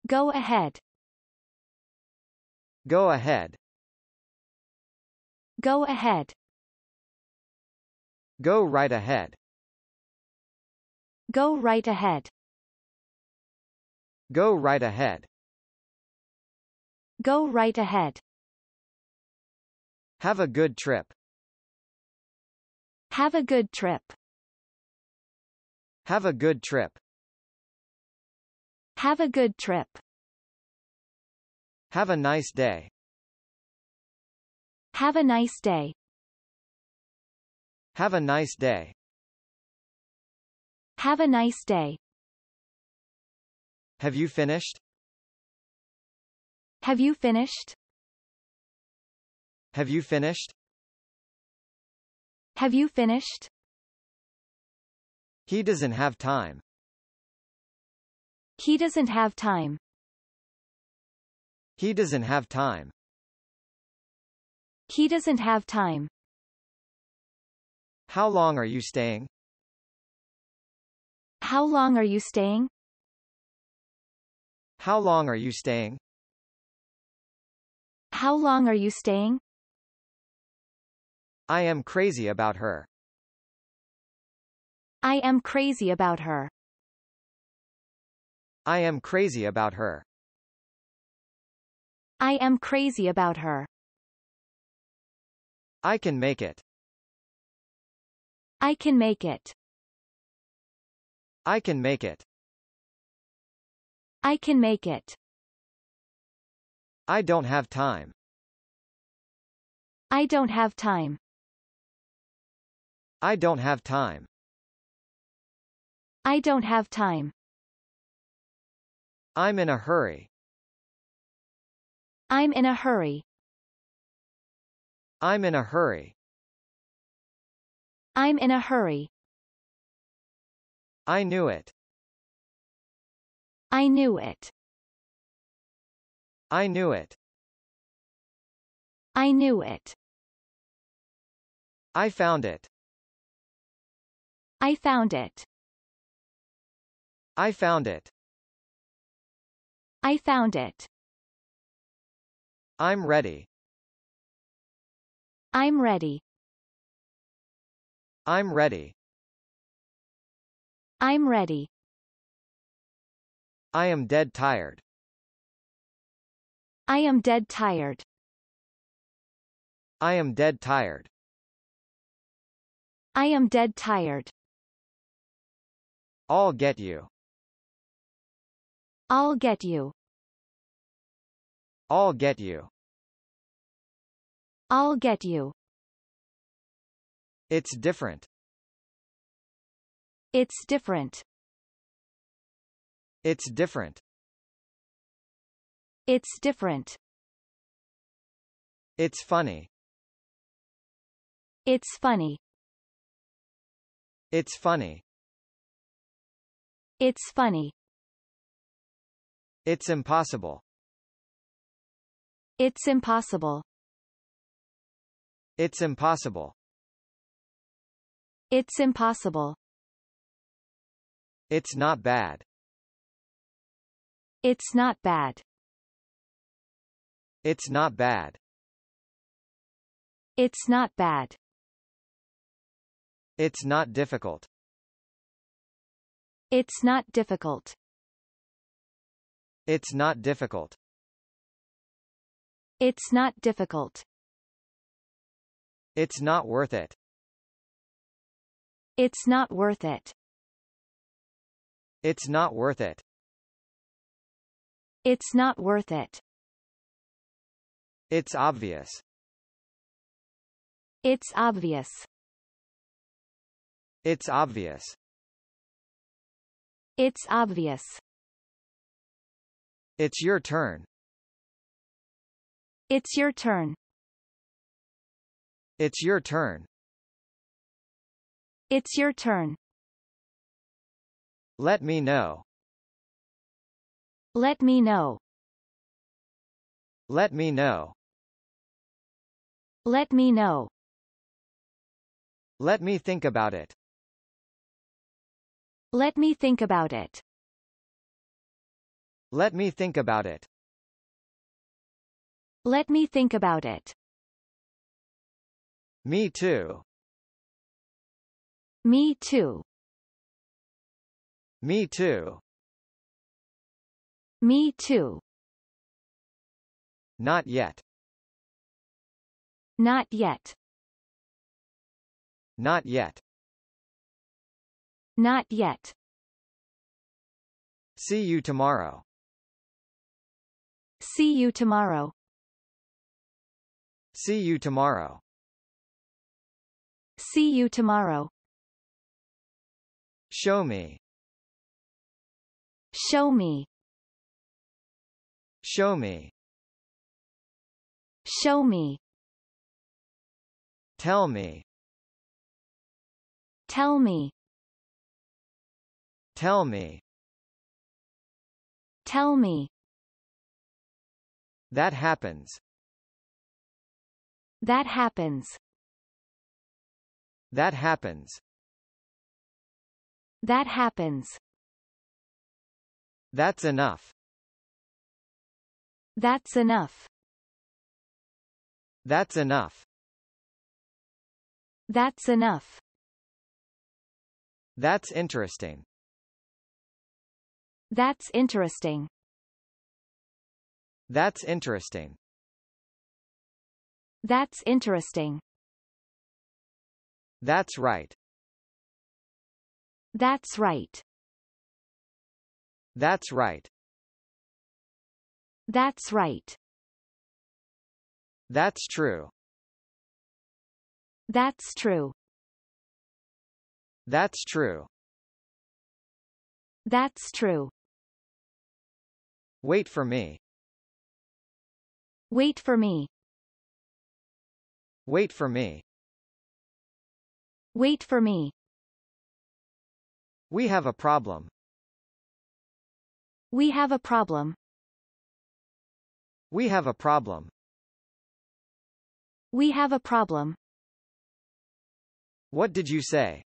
A: Go ahead.
B: Go ahead.
A: Go ahead.
B: Go right ahead.
A: Go right ahead.
B: Go right ahead.
A: Go right ahead.
B: Have a good trip.
A: Have a good trip.
B: Have a good trip.
A: Have a good trip.
B: Have a nice day.
A: Have a nice day.
B: Have a nice day.
A: Have a nice day.
B: Have you finished?
A: Have you finished?
B: Have you finished?
A: Have you finished?
B: He doesn't have time.
A: He doesn't have time.
B: He doesn't have time.
A: He doesn't have time.
B: How long are you staying?
A: How long are you staying?
B: How long are you staying?
A: How long are you staying?
B: I am crazy about her.
A: I am crazy about her.
B: I am crazy about her.
A: I am crazy about her.
B: I can make it.
A: I can make it.
B: I can make it.
A: I can make it.
B: I don't have time.
A: I don't have time.
B: I don't have time.
A: I don't have time.
B: I'm in a hurry.
A: I'm in a hurry.
B: I'm in a hurry.
A: I'm in a hurry.
B: I knew it.
A: I knew it.
B: I knew it.
A: I knew it.
B: I found it.
A: I found it.
B: I found it.
A: I found it.
B: I'm ready.
A: I'm ready.
B: I'm ready.
A: I'm ready.
B: I am dead tired.
A: I am dead tired.
B: I am dead tired.
A: I am dead tired.
B: I'll get you.
A: I'll get you.
B: I'll get you.
A: I'll get you.
B: It's different.
A: It's different.
B: It's different.
A: It's different.
B: It's funny.
A: It's funny.
B: It's funny.
A: It's funny.
B: It's impossible.
A: It's impossible.
B: It's impossible.
A: It's impossible.
B: It's not bad.
A: It's not bad.
B: It's not bad.
A: It's not bad.
B: It's not difficult.
A: It's not difficult.
B: It's not difficult.
A: It's not difficult.
B: It's not worth it.
A: It's not worth it.
B: It's not worth it.
A: It's not worth it.
B: It's obvious.
A: It's obvious.
B: It's obvious.
A: It's obvious.
B: It's your turn.
A: It's your turn.
B: It's your turn.
A: It's your turn.
B: Let me know.
A: Let me know.
B: Let me know.
A: Let me know.
B: Let me think about it.
A: Let me think about it.
B: Let me think about it.
A: Let me think about it.
B: Me too.
A: Me too.
B: Me too.
A: Me too.
B: Not yet.
A: Not yet.
B: Not yet.
A: Not yet.
B: See you tomorrow.
A: See you tomorrow.
B: See you tomorrow.
A: See you tomorrow.
B: Show me.
A: Show me.
B: Show me.
A: Show me.
B: Tell me.
A: Tell me.
B: Tell me.
A: Tell me.
B: That happens.
A: That happens.
B: That happens.
A: That happens.
B: That's enough.
A: That's enough.
B: That's enough.
A: That's enough.
B: That's interesting.
A: That's interesting.
B: That's interesting.
A: That's interesting.
B: That's right.
A: That's right.
B: That's right.
A: That's right.
B: That's true.
A: That's true.
B: That's true.
A: That's true.
B: Wait for me.
A: Wait for me.
B: Wait for me.
A: Wait for me.
B: We have a problem.
A: We have a problem.
B: We have a problem.
A: We have a problem.
B: What did you say?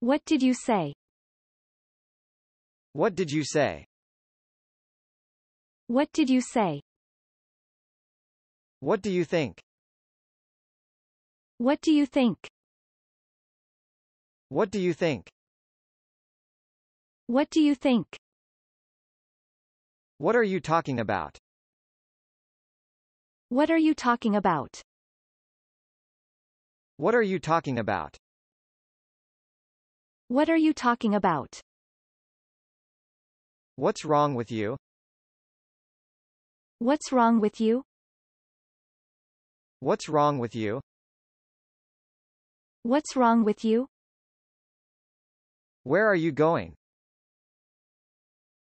A: What did you say?
B: What did you say?
A: What did you say?
B: What do you think?
A: What do you think?
B: What do you think?
A: What do you think?
B: What are you talking about?
A: What are you talking about?
B: What are you talking about?
A: What are you talking about?
B: What's wrong with you?
A: What's wrong with you?
B: What's wrong with you?
A: What's wrong with you?
B: Where are you going?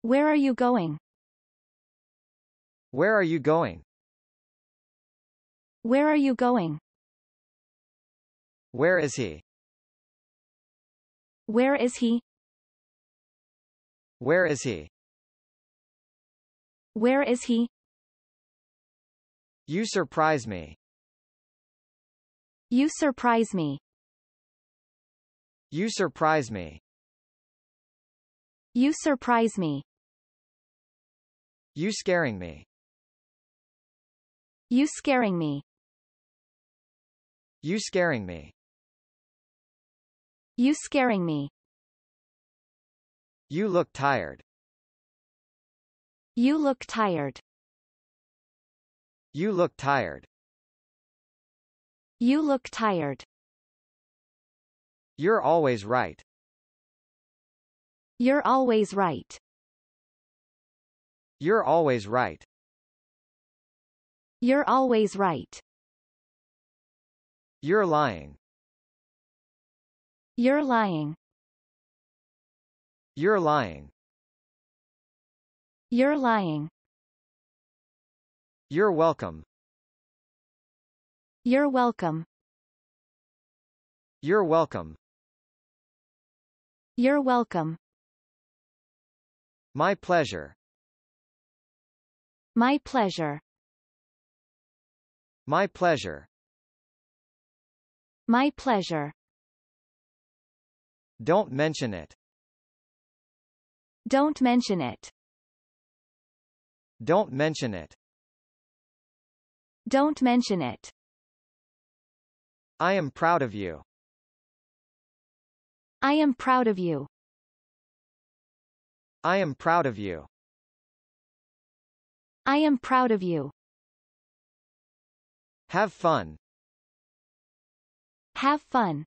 A: Where are you going?
B: Where are you going?
A: Where are you going?
B: Where is he?
A: Where is he?
B: Where is he?
A: Where is he?
B: You surprise me.
A: You surprise me.
B: You surprise me.
A: You surprise me.
B: You scaring me.
A: You scaring me.
B: You scaring me.
A: You scaring me.
B: You look tired.
A: You look tired.
B: You look tired.
A: You look tired.
B: You're always right.
A: You're always right.
B: You're always right.
A: You're always right.
B: You're lying.
A: You're lying.
B: You're lying.
A: You're lying.
B: You're welcome.
A: You're welcome.
B: You're welcome.
A: You're welcome.
B: My pleasure.
A: My pleasure.
B: My pleasure.
A: My pleasure.
B: Don't mention it.
A: Don't mention it.
B: Don't mention it.
A: Don't mention it.
B: I am proud of you.
A: I am proud of you.
B: I am proud of you.
A: I am proud of you.
B: Have fun.
A: Have fun.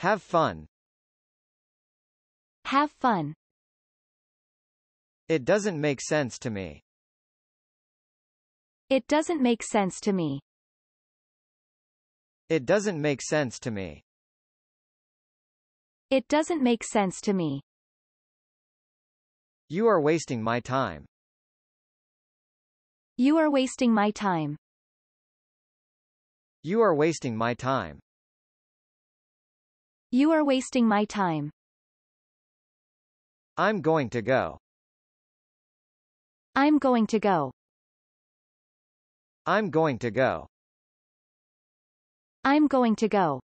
B: Have fun.
A: Have fun.
B: It doesn't make sense to me.
A: It doesn't make sense to me.
B: It doesn't make sense to me.
A: It doesn't make sense to me.
B: You are wasting my time.
A: You are wasting my time.
B: You are wasting my time.
A: You are wasting my time.
B: I'm going to go.
A: I'm going to go.
B: I'm going to go.
A: I'm going to go.